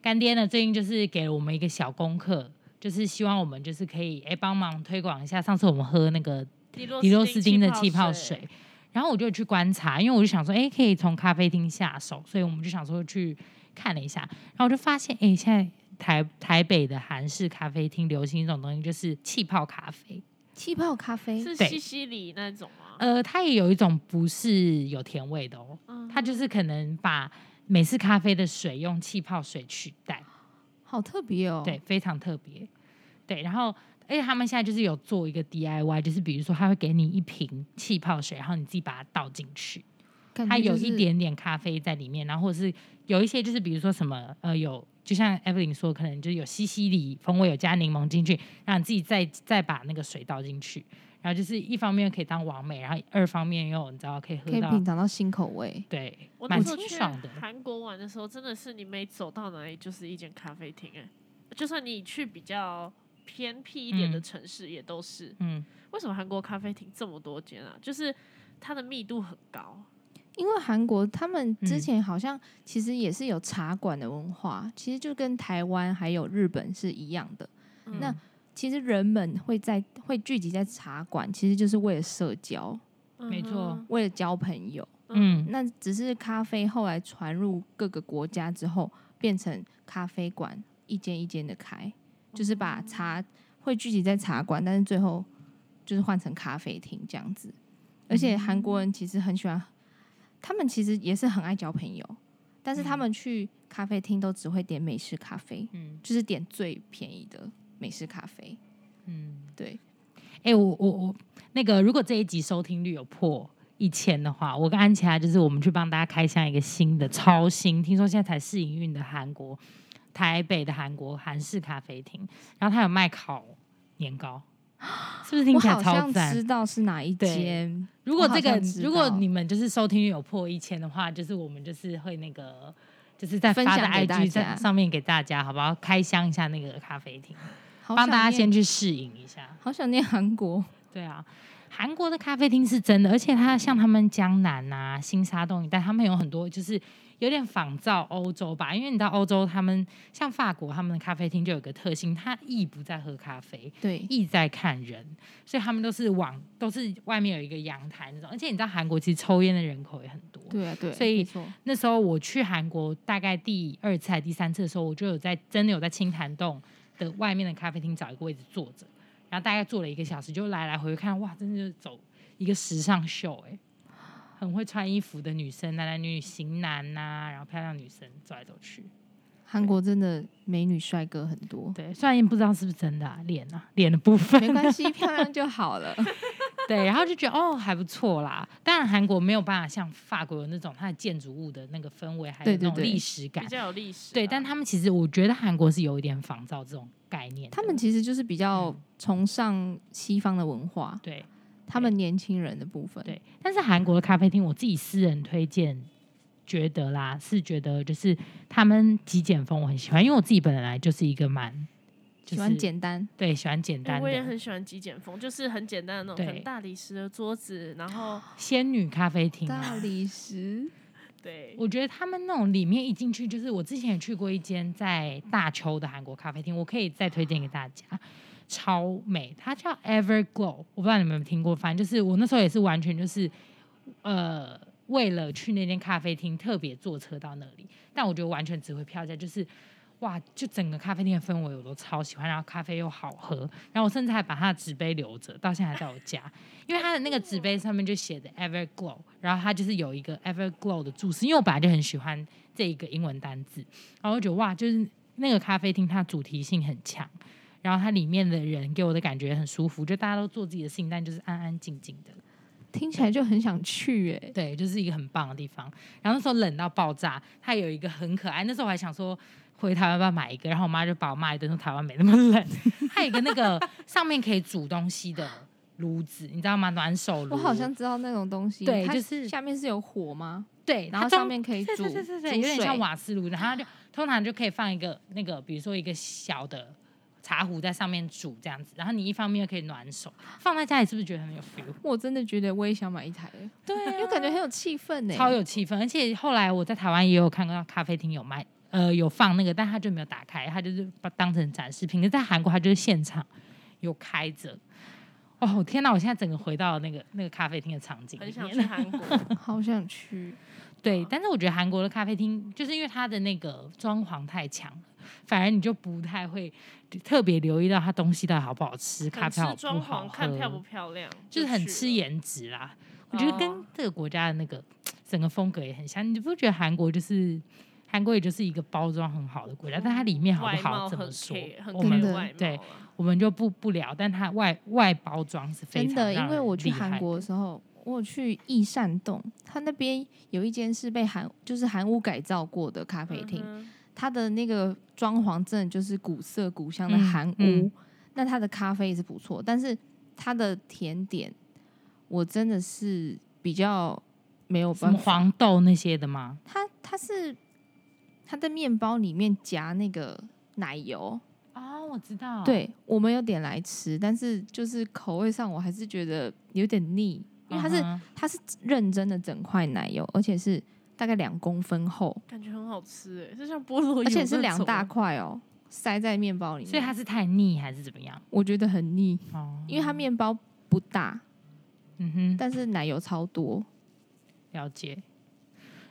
[SPEAKER 2] 干爹呢，最近就是给了我们一个小功课，就是希望我们就是可以哎帮忙推广一下。上次我们喝那个
[SPEAKER 1] 迪洛
[SPEAKER 2] 迪洛斯汀的
[SPEAKER 1] 气
[SPEAKER 2] 气泡
[SPEAKER 1] 水
[SPEAKER 2] 水，，然后我就去观察，因为我就想说，哎，可以从咖啡厅下手，所以我们就想说去看了一下，然后我就发现，哎，现在台台北的韩式咖啡厅流行一种东西，就是气泡咖啡。
[SPEAKER 3] 气泡咖啡
[SPEAKER 1] 是
[SPEAKER 2] 对
[SPEAKER 1] 西西里那种吗？
[SPEAKER 2] 呃，它也有一种不是有甜味的哦，
[SPEAKER 1] 嗯
[SPEAKER 2] 它就是可能把美式咖啡的水用气泡水取代，
[SPEAKER 3] 好特别哦。
[SPEAKER 2] 对，，非常特别。对，然后而且他们现在就是有做一个 DIY，就是比如说他会给你一瓶气泡水，然后你自己把它倒进去，
[SPEAKER 3] 感
[SPEAKER 2] 它
[SPEAKER 3] 觉就
[SPEAKER 2] 有
[SPEAKER 3] 是
[SPEAKER 2] 一点点咖啡在里面，然后或者是有一些就是比如说什么呃有。就像 Evelyn 说，可能就是有西西里风味，有加柠檬进去，然后你自己再再把那个水倒进去，然后就是一方面可以当完美，然后二方面又你知道可以喝
[SPEAKER 3] 可以
[SPEAKER 2] 到
[SPEAKER 3] 品尝到新口味。
[SPEAKER 2] 对，
[SPEAKER 1] 我那
[SPEAKER 2] 蛮
[SPEAKER 1] 时候
[SPEAKER 2] 清
[SPEAKER 1] 去
[SPEAKER 2] 爽的。
[SPEAKER 1] 韩国玩的时候，真的是你每走到哪里就是一间咖啡厅哎、就算你去比较偏僻一点的
[SPEAKER 2] 嗯
[SPEAKER 1] 城市，也都是。
[SPEAKER 2] 嗯，
[SPEAKER 1] 为什么韩国咖啡厅这么多间啊？就是它的密度很高，
[SPEAKER 3] 因为韩国他们之
[SPEAKER 2] 嗯
[SPEAKER 3] 前好像其实也是有茶馆的文化，其实就跟台湾还有日本是一样的。
[SPEAKER 1] 嗯
[SPEAKER 3] 那其实人们会在会聚集在茶馆，其实就是为了社交，
[SPEAKER 2] 没错
[SPEAKER 3] 为了交朋友。
[SPEAKER 1] 嗯
[SPEAKER 2] 嗯，
[SPEAKER 3] 那只是咖啡后来传入各个国家之后，变成咖啡馆一间一间的开，就是把茶会聚集在茶馆，但是最后就是换成咖啡厅这样子。而
[SPEAKER 2] 嗯
[SPEAKER 3] 且韩国人其实很喜欢，他们其实也是很爱交朋友，但是他们去咖啡厅都只会点美式咖啡，
[SPEAKER 2] 嗯
[SPEAKER 3] 就是点最便宜的美式咖啡。
[SPEAKER 2] 嗯，
[SPEAKER 3] 对，
[SPEAKER 2] 哎、哎、我我我那个，如果这一集收听率有破一千的话，我跟安琪拉啊就是我们去帮大家开箱一个新的超新，听说现在才试营运的韩国台北的韩国韩式咖啡厅，然后它有卖烤年糕，是不是听
[SPEAKER 3] 我
[SPEAKER 2] 起来
[SPEAKER 3] 好
[SPEAKER 2] 超
[SPEAKER 3] 像
[SPEAKER 2] 赞
[SPEAKER 3] 知？道是哪一
[SPEAKER 2] 对
[SPEAKER 3] 间，
[SPEAKER 2] 如果
[SPEAKER 3] 我好
[SPEAKER 2] 这个
[SPEAKER 3] 像知
[SPEAKER 2] 如果
[SPEAKER 3] 道
[SPEAKER 2] 你们就是收听率有破一千的话，就是我们就是会那个就是在
[SPEAKER 3] 分
[SPEAKER 2] 发在
[SPEAKER 3] 享给大
[SPEAKER 2] IG 在
[SPEAKER 3] 家
[SPEAKER 2] 上面给大家，好不好？开箱一下那个咖啡厅，
[SPEAKER 3] 好
[SPEAKER 2] 帮
[SPEAKER 3] 想
[SPEAKER 2] 大家
[SPEAKER 3] 念
[SPEAKER 2] 先去试饮一下。
[SPEAKER 3] 好想念韩国，
[SPEAKER 2] 对啊，韩国的咖啡厅是真的，而且它像他们江南啊、新沙洞一带，他们有很多就是有点仿照欧洲吧，因为你到欧洲，他们像法国，他们的咖啡厅就有个特性，它意不在喝咖啡，
[SPEAKER 3] 对，
[SPEAKER 2] 意在看人，所以他们都是往都是外面有一个阳台那种，而且你知道韩国其实抽烟的人口也很多，
[SPEAKER 3] 对啊，对，
[SPEAKER 2] 所以
[SPEAKER 3] 没错
[SPEAKER 2] 那时候我去韩国大概第二次还第三次的时候，我就有在真的有在青潭洞的外面的咖啡厅找一个位置坐着，然后大概坐了一个小时，就来来回回看，哇，真的就是走一个时尚秀哎、很会穿衣服的女生，男男女女型男呐、然后漂亮女生走来走去，
[SPEAKER 3] 韩国真的美女帅哥很多，
[SPEAKER 2] 对，虽然也不知道是不是真的啊脸啊脸的部分，
[SPEAKER 3] 没关系，漂亮就好 了。
[SPEAKER 2] 对，然后就觉得哦还不错啦。当然韩国没有办法像法国有那种它的建筑物的那个氛围，还有
[SPEAKER 3] 对
[SPEAKER 2] 那
[SPEAKER 3] 对
[SPEAKER 2] 种
[SPEAKER 3] 对
[SPEAKER 2] 历史感
[SPEAKER 1] 比，较有历史啊。
[SPEAKER 2] 对，但他们其实我觉得韩国是有一点仿照这种概念的，
[SPEAKER 3] 他们其实就是比较
[SPEAKER 2] 嗯
[SPEAKER 3] 崇尚西方的文化，
[SPEAKER 2] 对
[SPEAKER 3] 他们年轻人的部分，
[SPEAKER 2] 对，但是韩国的咖啡厅，我自己私人推荐，觉得啦是觉得就是他们极简风我很喜欢，因为我自己本来就是一个蛮就
[SPEAKER 3] 喜欢
[SPEAKER 2] 是
[SPEAKER 3] 简单，
[SPEAKER 2] 对喜欢简
[SPEAKER 1] 哎、
[SPEAKER 2] 单
[SPEAKER 1] 我也
[SPEAKER 2] 的
[SPEAKER 1] 很喜欢极简风，就是很简单的那
[SPEAKER 2] 对啊
[SPEAKER 1] 种，很大理石的桌子，然后
[SPEAKER 2] 仙女咖啡厅啊
[SPEAKER 3] 大理 石，
[SPEAKER 1] 对，
[SPEAKER 2] 我觉得他们那种里面一进去，就是我之前也去过一间在大邱的韩国咖啡厅，我可以再推荐给大家，超美，它叫 Everglow，我不知道你们有没有听过，反正就是我那时候也是完全就是呃为了去那间咖啡厅特别坐车到那里，但我觉得完全值回票价，就是。哇！就整个咖啡店的氛围我都超喜欢，然后咖啡又好喝，然后我甚至还把它的纸杯留着，到现在还在我家。因为它的那个纸杯上面就写着 Everglow，然后它就是有一个 Everglow 的注释，因为我本来就很喜欢这一个英文单字，然后我觉得哇，就是那个咖啡厅它主题性很强，然后它里面的人给我的感觉很舒服，就大家都做自己的事情，但就是安安静静的，
[SPEAKER 3] 听起来就很想去哎、
[SPEAKER 2] 对，就是一个很棒的地方。然后那时候冷到爆炸，它有一个很可爱，那时候我还想说。回台湾要不要买一个？然后我妈就把我骂一顿，说台湾没那么冷。它有一个那个上面可以煮东西的炉子，你知道吗？暖手炉。
[SPEAKER 3] 我好像知道那种东西，
[SPEAKER 2] 对
[SPEAKER 3] 它
[SPEAKER 2] 就是
[SPEAKER 3] 下面是有火吗？
[SPEAKER 2] 对，
[SPEAKER 3] 然后
[SPEAKER 2] 它中
[SPEAKER 3] 上面可以
[SPEAKER 2] 对
[SPEAKER 3] 煮，
[SPEAKER 2] 对对对对，
[SPEAKER 3] 煮
[SPEAKER 2] 有点像
[SPEAKER 3] 水
[SPEAKER 2] 瓦斯炉，然后它就通常就可以放一个那个，比如说一个小的茶壶在上面煮这样子，然后你一方面又可以暖手，放在家里是不是觉得很有 feel？
[SPEAKER 3] 我真的觉得我也想买一台欸，
[SPEAKER 2] 对、啊
[SPEAKER 3] 因为感觉很有气氛呢、
[SPEAKER 2] 超有气氛。而且后来我在台湾也有看到咖啡厅有卖，呃，有放那个，但他就没有打开，他就是把当成展示品。可是在韩国，他就是现场有开着。哦天哪！我现在整个回到那个那个咖啡厅的场景里
[SPEAKER 1] 很
[SPEAKER 2] 面，
[SPEAKER 1] 想去韩 国。
[SPEAKER 3] 好想去，
[SPEAKER 2] 对，
[SPEAKER 1] 啊
[SPEAKER 2] 但是我觉得韩国的咖啡厅，就是因为它的那个装潢太强了，反而你就不太会特别留意到它东西到底好不好吃，咖
[SPEAKER 1] 很
[SPEAKER 2] 啡好
[SPEAKER 1] 吃
[SPEAKER 2] 不
[SPEAKER 1] 装
[SPEAKER 2] 好
[SPEAKER 1] 潢，
[SPEAKER 2] 喝，
[SPEAKER 1] 看漂不漂亮，
[SPEAKER 2] 就是很
[SPEAKER 1] 去
[SPEAKER 2] 吃
[SPEAKER 1] 了。
[SPEAKER 2] 颜值啦。我觉得跟这个国家的那个整个风格也很像，你不觉得韩国就是韩国也就是一个包装很好的国家，但它里面
[SPEAKER 1] 嗯
[SPEAKER 2] 好
[SPEAKER 1] 外
[SPEAKER 2] 不好
[SPEAKER 1] 貌
[SPEAKER 2] 怎么
[SPEAKER 1] 很
[SPEAKER 2] 说
[SPEAKER 1] care，，很
[SPEAKER 2] 我
[SPEAKER 1] care
[SPEAKER 3] 真的
[SPEAKER 2] 们
[SPEAKER 1] 外貌
[SPEAKER 2] 对
[SPEAKER 1] 啊，
[SPEAKER 2] 我们就不不聊，但它外外包装是非
[SPEAKER 3] 真
[SPEAKER 2] 常
[SPEAKER 3] 的，因
[SPEAKER 2] 让
[SPEAKER 3] 为
[SPEAKER 2] 人
[SPEAKER 3] 我去
[SPEAKER 2] 厉害
[SPEAKER 3] 韩国
[SPEAKER 2] 的
[SPEAKER 3] 的时候，我有去益善洞，它那边有一间是被韩就是韩屋改造过的咖啡厅，
[SPEAKER 1] 嗯
[SPEAKER 3] 它的那个装潢真的就是古色古香的
[SPEAKER 2] 嗯
[SPEAKER 3] 韩屋，
[SPEAKER 2] 嗯
[SPEAKER 3] 那它的咖啡也是不错，但是它的甜点我真的是比较没有
[SPEAKER 2] 什
[SPEAKER 3] 办
[SPEAKER 2] 么
[SPEAKER 3] 法，
[SPEAKER 2] 黄豆那些的吗？
[SPEAKER 3] 它它是它的面包里面夹那个奶油，
[SPEAKER 2] 哦，我知道，
[SPEAKER 3] 对我们有点来吃，但是就是口味上我还是觉得有点腻，因为它是、
[SPEAKER 2] 嗯哼
[SPEAKER 3] 它是认真的整块奶油，而且是大概两公分厚，
[SPEAKER 2] 哦
[SPEAKER 1] 感觉很好吃哎，就像菠萝油那种，
[SPEAKER 3] 而且是两 大块哦，塞在面包里面，
[SPEAKER 2] 所以它是太腻还是怎么样？
[SPEAKER 3] 我觉得很腻，
[SPEAKER 2] 哦，
[SPEAKER 3] 因为它面包不大，
[SPEAKER 2] 嗯哼，
[SPEAKER 3] 但是奶油超多，
[SPEAKER 2] 了解。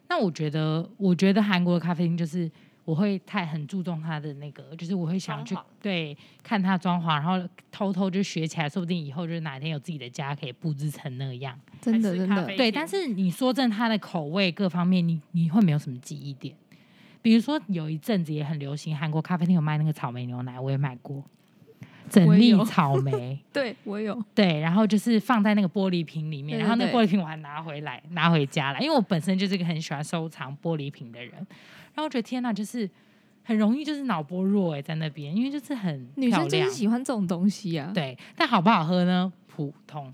[SPEAKER 2] 那我觉得，我觉得韩国的咖啡厅就是我会太很注重它的那个，就是我会想去
[SPEAKER 1] 装潢
[SPEAKER 2] 对看它装潢，然后偷偷就学起来，说不定以后就是哪天有自己的家可以布置成那样。
[SPEAKER 3] 真
[SPEAKER 1] 还
[SPEAKER 3] 的
[SPEAKER 1] 是
[SPEAKER 3] 真
[SPEAKER 1] 咖
[SPEAKER 3] 的
[SPEAKER 1] 啡，
[SPEAKER 2] 对，
[SPEAKER 1] 厅
[SPEAKER 2] 但是你说真的，它的口味各方面，你你会没有什么记忆点。比如说有一阵子也很流行韩国咖啡厅有卖那个草莓牛奶，我也买过。整
[SPEAKER 3] 我
[SPEAKER 2] 粒
[SPEAKER 3] 有
[SPEAKER 2] 草莓，
[SPEAKER 3] 对我有，
[SPEAKER 2] 对，然后就是放在那个玻璃瓶里面，
[SPEAKER 3] 对
[SPEAKER 2] 然后那
[SPEAKER 3] 对
[SPEAKER 2] 个玻璃瓶我还拿回来拿回家来，因为我本身就是一个很喜欢收藏玻璃瓶的人，然后我觉得天呐，就是很容易就是脑波弱哎、在那边，因为就是很
[SPEAKER 3] 女
[SPEAKER 2] 漂
[SPEAKER 3] 生就
[SPEAKER 2] 亮
[SPEAKER 3] 是，喜欢这种东西啊。
[SPEAKER 2] 对，但好不好喝呢？普通，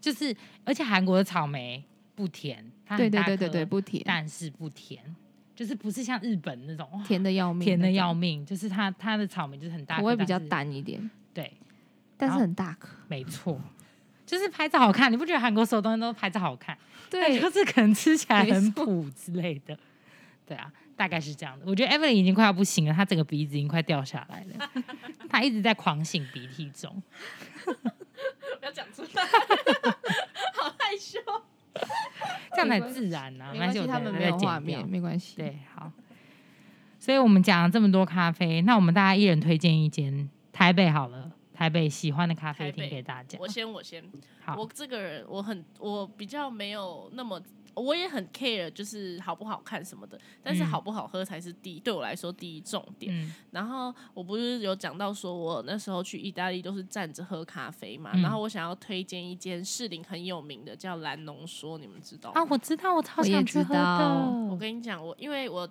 [SPEAKER 2] 就是而且韩国的草莓不甜，它
[SPEAKER 3] 对
[SPEAKER 2] 很
[SPEAKER 3] 对
[SPEAKER 2] 大
[SPEAKER 3] 对对
[SPEAKER 2] 颗
[SPEAKER 3] 对，不甜，
[SPEAKER 2] 但是不甜，就是不是像日本那种哇
[SPEAKER 3] 甜的要命，
[SPEAKER 2] 甜的要
[SPEAKER 3] 命，
[SPEAKER 2] 命，就是它它的草莓就是很大颗，
[SPEAKER 3] 口味比较
[SPEAKER 2] 但是，
[SPEAKER 3] 淡一点，
[SPEAKER 2] 对，
[SPEAKER 3] 但是
[SPEAKER 2] 然后
[SPEAKER 3] 很大颗。
[SPEAKER 2] 没错，就是拍照好看，你不觉得韩国所有东西都拍照好看？
[SPEAKER 3] 对
[SPEAKER 2] 就，是可能吃起来
[SPEAKER 3] 没
[SPEAKER 2] 很
[SPEAKER 3] 错
[SPEAKER 2] 普之类的，对啊，大概是这样的。我觉得 Evelyn 已经快要不行了，她整个鼻子已经快掉下来了， 她一直在狂擤鼻涕中。
[SPEAKER 1] 不要讲出来， 好害 羞。
[SPEAKER 2] 这样才
[SPEAKER 3] 没关系
[SPEAKER 2] 自然啊，
[SPEAKER 3] 没关
[SPEAKER 2] 系，
[SPEAKER 3] 系，
[SPEAKER 2] 我
[SPEAKER 3] 他
[SPEAKER 2] 等
[SPEAKER 3] 们
[SPEAKER 2] 下再
[SPEAKER 3] 没有
[SPEAKER 2] 剪
[SPEAKER 3] 画
[SPEAKER 2] 掉
[SPEAKER 3] 面，没关系。
[SPEAKER 2] 对，好。所以我们讲了这么多咖啡，那我们大家一人推荐一间台北好了，台北喜欢的咖啡
[SPEAKER 1] 台
[SPEAKER 2] 厅
[SPEAKER 1] 北
[SPEAKER 2] 给大家。
[SPEAKER 1] 我先，我先，
[SPEAKER 2] 好
[SPEAKER 1] 我，这个人我很我比较没有那么，我也很 care，就是好不好看什么的，但是
[SPEAKER 2] 嗯
[SPEAKER 1] 好不好喝才是第一，对我来说第一重点。
[SPEAKER 2] 嗯
[SPEAKER 1] 然后我不是有讲到说，我那时候去意大利都是站着喝咖啡嘛，
[SPEAKER 2] 嗯
[SPEAKER 1] 然后我想要推荐一间士林很有名的叫蓝浓说，你们知道吗？
[SPEAKER 2] 啊，我知道，我超
[SPEAKER 3] 我也
[SPEAKER 2] 想去
[SPEAKER 3] 知
[SPEAKER 2] 喝
[SPEAKER 3] 道
[SPEAKER 1] 我
[SPEAKER 2] 的。
[SPEAKER 1] 跟你讲，我因为我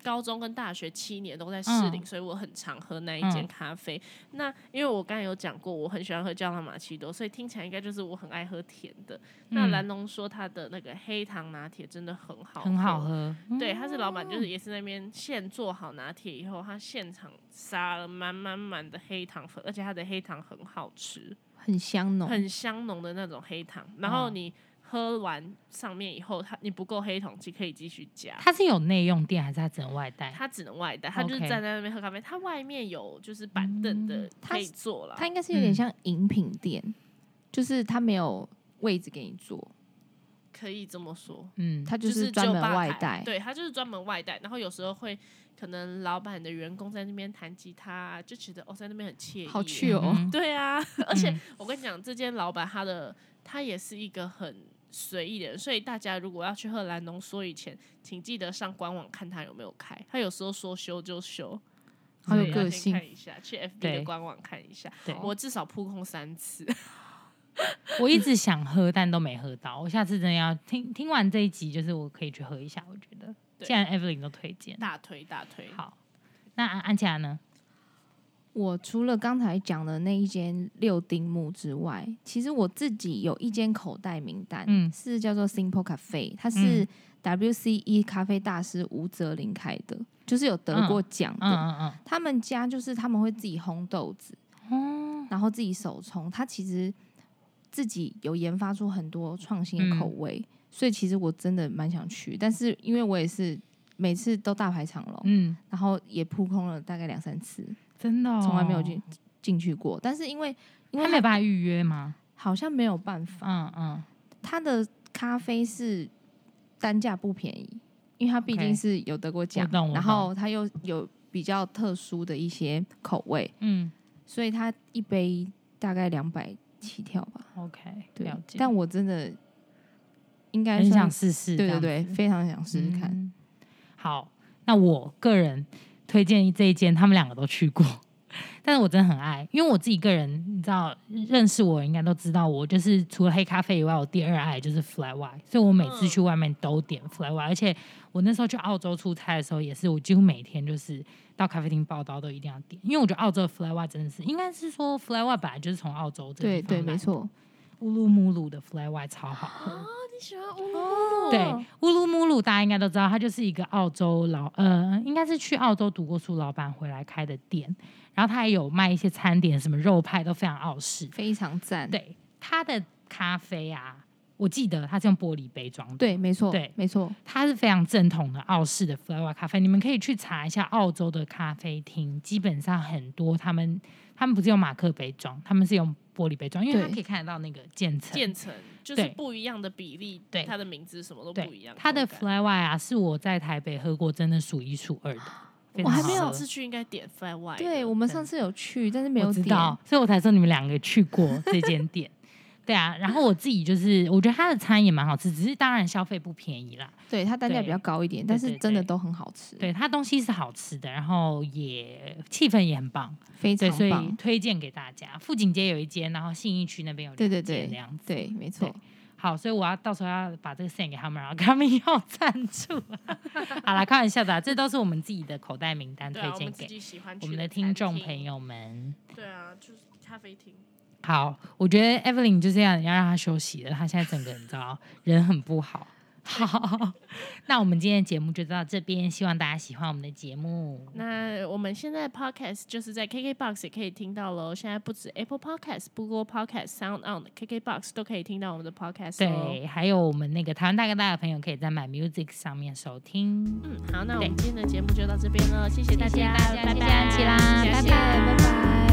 [SPEAKER 1] 高中跟大学七年都在士林，
[SPEAKER 2] 嗯
[SPEAKER 1] 所以我很常喝那一间咖啡。那因为我刚才有讲过，我很喜欢喝焦糖玛奇朵，所以听起来应该就是我很爱喝甜的。那
[SPEAKER 2] 嗯
[SPEAKER 1] 蓝龙说他的那个黑糖拿铁真的很好，
[SPEAKER 2] 很好。喝，
[SPEAKER 1] 对，他是老板，
[SPEAKER 3] 哦
[SPEAKER 1] 就是也是那边现做好拿铁以后，他现场撒了满满满的黑糖粉，而且他的黑糖很好吃，
[SPEAKER 3] 很香浓，
[SPEAKER 1] 很香浓的那种黑糖。然后
[SPEAKER 3] 哦
[SPEAKER 2] 嗯
[SPEAKER 1] 你喝完上面以后，它你不够黑糖，就可以继续加。
[SPEAKER 2] 它是有内用店还是啊它只能外带？
[SPEAKER 1] 他只能外带，他就是
[SPEAKER 2] OK
[SPEAKER 1] 站在那边喝咖啡。他外面有就是板凳的
[SPEAKER 2] 嗯
[SPEAKER 1] 可以坐了
[SPEAKER 3] 它，应该是有点
[SPEAKER 2] 嗯
[SPEAKER 3] 像饮品店，就是它没有位置给你坐，
[SPEAKER 1] 可以这么说，
[SPEAKER 2] 嗯，
[SPEAKER 3] 它
[SPEAKER 1] 就是是
[SPEAKER 3] 专
[SPEAKER 1] 就
[SPEAKER 3] 门
[SPEAKER 1] 吧
[SPEAKER 3] 外
[SPEAKER 1] 台
[SPEAKER 3] 带。
[SPEAKER 1] 对他就是专门外带。然后有时候会可能老板的员工在那边弹吉他，就觉得哦，在那边很惬意，
[SPEAKER 3] 好去哦
[SPEAKER 2] 嗯
[SPEAKER 1] 对啊， 而且
[SPEAKER 2] 嗯
[SPEAKER 1] 我跟你讲，这间老板他的他也是一个很随意的人，所以大家如果要去喝蓝浓缩以前，请记得上官网看他有没有开。他有时候说休就休，
[SPEAKER 3] 好有
[SPEAKER 1] 所以要
[SPEAKER 3] 个
[SPEAKER 1] 先
[SPEAKER 3] 性
[SPEAKER 1] 看一下，去 FB
[SPEAKER 2] 对
[SPEAKER 1] 的官网看一下。
[SPEAKER 2] 对
[SPEAKER 1] 我至少扑空三次。
[SPEAKER 2] 我一直想喝，但都没喝到。我下次真的要听听完这一集，就是我可以去喝一下。我觉得，
[SPEAKER 1] 对
[SPEAKER 2] 既然 Evelyn 都推荐，
[SPEAKER 1] 大推大推，
[SPEAKER 2] 好，那安安琪拉呢？
[SPEAKER 3] 我除了刚才讲的那一间六丁目之外，其实我自己有一间口袋名单，
[SPEAKER 2] 嗯
[SPEAKER 3] 是叫做 Simple Cafe，它是
[SPEAKER 2] 嗯
[SPEAKER 3] WCE 咖啡大师吴泽林开的，就是有得过奖的。
[SPEAKER 2] 嗯嗯
[SPEAKER 3] 他们家就是他们会自己烘豆子，
[SPEAKER 2] 嗯，哦，
[SPEAKER 3] 然后自己手冲，他其实自己有研发出很多创新的口味，所以其实我真的蛮想去，但是因为我也是每次都大排长龙，
[SPEAKER 2] 嗯，
[SPEAKER 3] 然后也扑空了大概两三次，
[SPEAKER 2] 真的、哦，
[SPEAKER 3] 从来没有进进去过。但是因为因为
[SPEAKER 2] 他没有
[SPEAKER 3] 它
[SPEAKER 2] 办法预约吗？
[SPEAKER 3] 好像没有办法，
[SPEAKER 2] 嗯嗯，
[SPEAKER 3] 它的咖啡是单价不便宜，因为它毕
[SPEAKER 2] OK
[SPEAKER 3] 竟是有得过奖
[SPEAKER 2] 我懂我
[SPEAKER 3] 然后它又有比较特殊的一些口味，
[SPEAKER 2] 嗯
[SPEAKER 3] 所以它一杯大概两百起跳吧。
[SPEAKER 2] ，OK，
[SPEAKER 3] 对
[SPEAKER 2] 了，解。
[SPEAKER 3] 但我真的应该
[SPEAKER 2] 很
[SPEAKER 3] 算
[SPEAKER 2] 想试试，
[SPEAKER 3] 对
[SPEAKER 2] 这
[SPEAKER 3] 对
[SPEAKER 2] 样
[SPEAKER 3] 对，
[SPEAKER 2] 子
[SPEAKER 3] 非常想试试看。
[SPEAKER 2] 嗯好，那我个人推荐这一间，他们两个都去过， 但是我真的很爱，因为我自己个人，你知道，认识我应该都知道我，就是除了黑咖啡以外，我第二爱就是 Fly Y，所以我每次
[SPEAKER 3] 嗯
[SPEAKER 2] 去外面都点 Fly Y，而且我那时候去澳洲出差的时候，也是我几乎每天就是到咖啡厅报道都一定要点，因为我觉得澳洲的 Fly Y 真的是，应该是说 Fly Y 本来就是从澳洲这个
[SPEAKER 3] 对
[SPEAKER 2] 地方
[SPEAKER 3] 对，没
[SPEAKER 2] 来的，
[SPEAKER 3] 错。
[SPEAKER 2] 乌鲁木鲁的 Fly Y 超好喝。
[SPEAKER 1] 你喜欢乌鲁木
[SPEAKER 2] 对，乌鲁木鲁大家应该都知道，他就是一个澳洲老呃，应该是去澳洲读过书老板回来开的店，然后他也有卖一些餐点，什么肉派都非常澳式。
[SPEAKER 3] 非常赞。
[SPEAKER 2] 对，他的咖啡啊，我记得他是用玻璃杯装的。
[SPEAKER 3] 对，没错，
[SPEAKER 2] 对
[SPEAKER 3] 没错。
[SPEAKER 2] 它是非常正统的澳式的 f l o w e r 咖啡，你们可以去查一下澳洲的咖啡厅，基本上很多他们他们不是用马克杯装，他们是用玻璃杯装，因为
[SPEAKER 3] 对
[SPEAKER 2] 它可以看得到那个渐层。
[SPEAKER 1] 建成就是
[SPEAKER 2] 对
[SPEAKER 1] 不一样的比例，
[SPEAKER 2] 对
[SPEAKER 1] 它的名字什么都
[SPEAKER 2] 对
[SPEAKER 1] 不一样。
[SPEAKER 2] 它的
[SPEAKER 1] 口
[SPEAKER 2] Fly
[SPEAKER 1] 感
[SPEAKER 2] Y 啊，是我在台北喝过真的数一数二的，非
[SPEAKER 3] 我
[SPEAKER 2] 常
[SPEAKER 3] 还
[SPEAKER 2] 好
[SPEAKER 3] 没有
[SPEAKER 2] 喝
[SPEAKER 1] 上次去应该点 fly y
[SPEAKER 3] 对我们上次有去，但是没
[SPEAKER 2] 哎我
[SPEAKER 3] 有
[SPEAKER 2] 知
[SPEAKER 3] 点。
[SPEAKER 2] 道，所以我才说你们两个去过这间店。 对啊，然后我自己就是，我觉得它的餐也蛮好吃，只是当然消费不便宜啦。
[SPEAKER 3] 对，它单价比较
[SPEAKER 2] 对
[SPEAKER 3] 高一点，
[SPEAKER 2] 对
[SPEAKER 3] 但
[SPEAKER 2] 对
[SPEAKER 3] 是真的
[SPEAKER 2] 对
[SPEAKER 3] 都很好吃，
[SPEAKER 2] 对，它东西是好吃的，然后也气氛也很棒，
[SPEAKER 3] 非
[SPEAKER 2] 对，
[SPEAKER 3] 常
[SPEAKER 2] 所以
[SPEAKER 3] 棒。
[SPEAKER 2] 推荐给大家。富锦街有一间，然后信义区那边有
[SPEAKER 3] 对
[SPEAKER 2] 两
[SPEAKER 3] 对
[SPEAKER 2] 间
[SPEAKER 3] 对
[SPEAKER 2] 这样子。
[SPEAKER 3] 对，没错
[SPEAKER 2] 对。好，所以我要到时候要把这个献给他们，然后跟他们 要赞助。 好啦，开玩笑的啊、这都是我们自己的口袋名单
[SPEAKER 1] 对
[SPEAKER 2] 推
[SPEAKER 1] 啊，我
[SPEAKER 2] 荐
[SPEAKER 1] 们自
[SPEAKER 2] 给
[SPEAKER 1] 己喜欢去
[SPEAKER 2] 我们的
[SPEAKER 1] 的
[SPEAKER 2] 听众朋
[SPEAKER 1] 友。
[SPEAKER 2] 友们。
[SPEAKER 1] 对啊，就是咖啡厅。
[SPEAKER 2] 好，我觉得 Evelyn 就这样，要让她休息了。她现在整个人，你知道，人很不好。好， 那我们今天的节目就到这边，希望大家喜欢我们的节目。
[SPEAKER 1] 那我们现在 podcast 就是在 KKBox 也可以听到喽。现在不止 Apple Podcast、Google Podcast、Sound On、KKBox 都可以听到我们的 podcast 哦。
[SPEAKER 2] 对，还有我们那个台湾大哥大的朋友，可以在 My Music 上面收听。
[SPEAKER 1] 嗯，好，那我们今天的节目就到这边了，谢谢大
[SPEAKER 2] 谢谢
[SPEAKER 1] 家，拜
[SPEAKER 2] 大家谢谢
[SPEAKER 1] 拜，
[SPEAKER 2] 安琪啦
[SPEAKER 1] 谢谢
[SPEAKER 2] 拜
[SPEAKER 3] 谢谢，拜拜。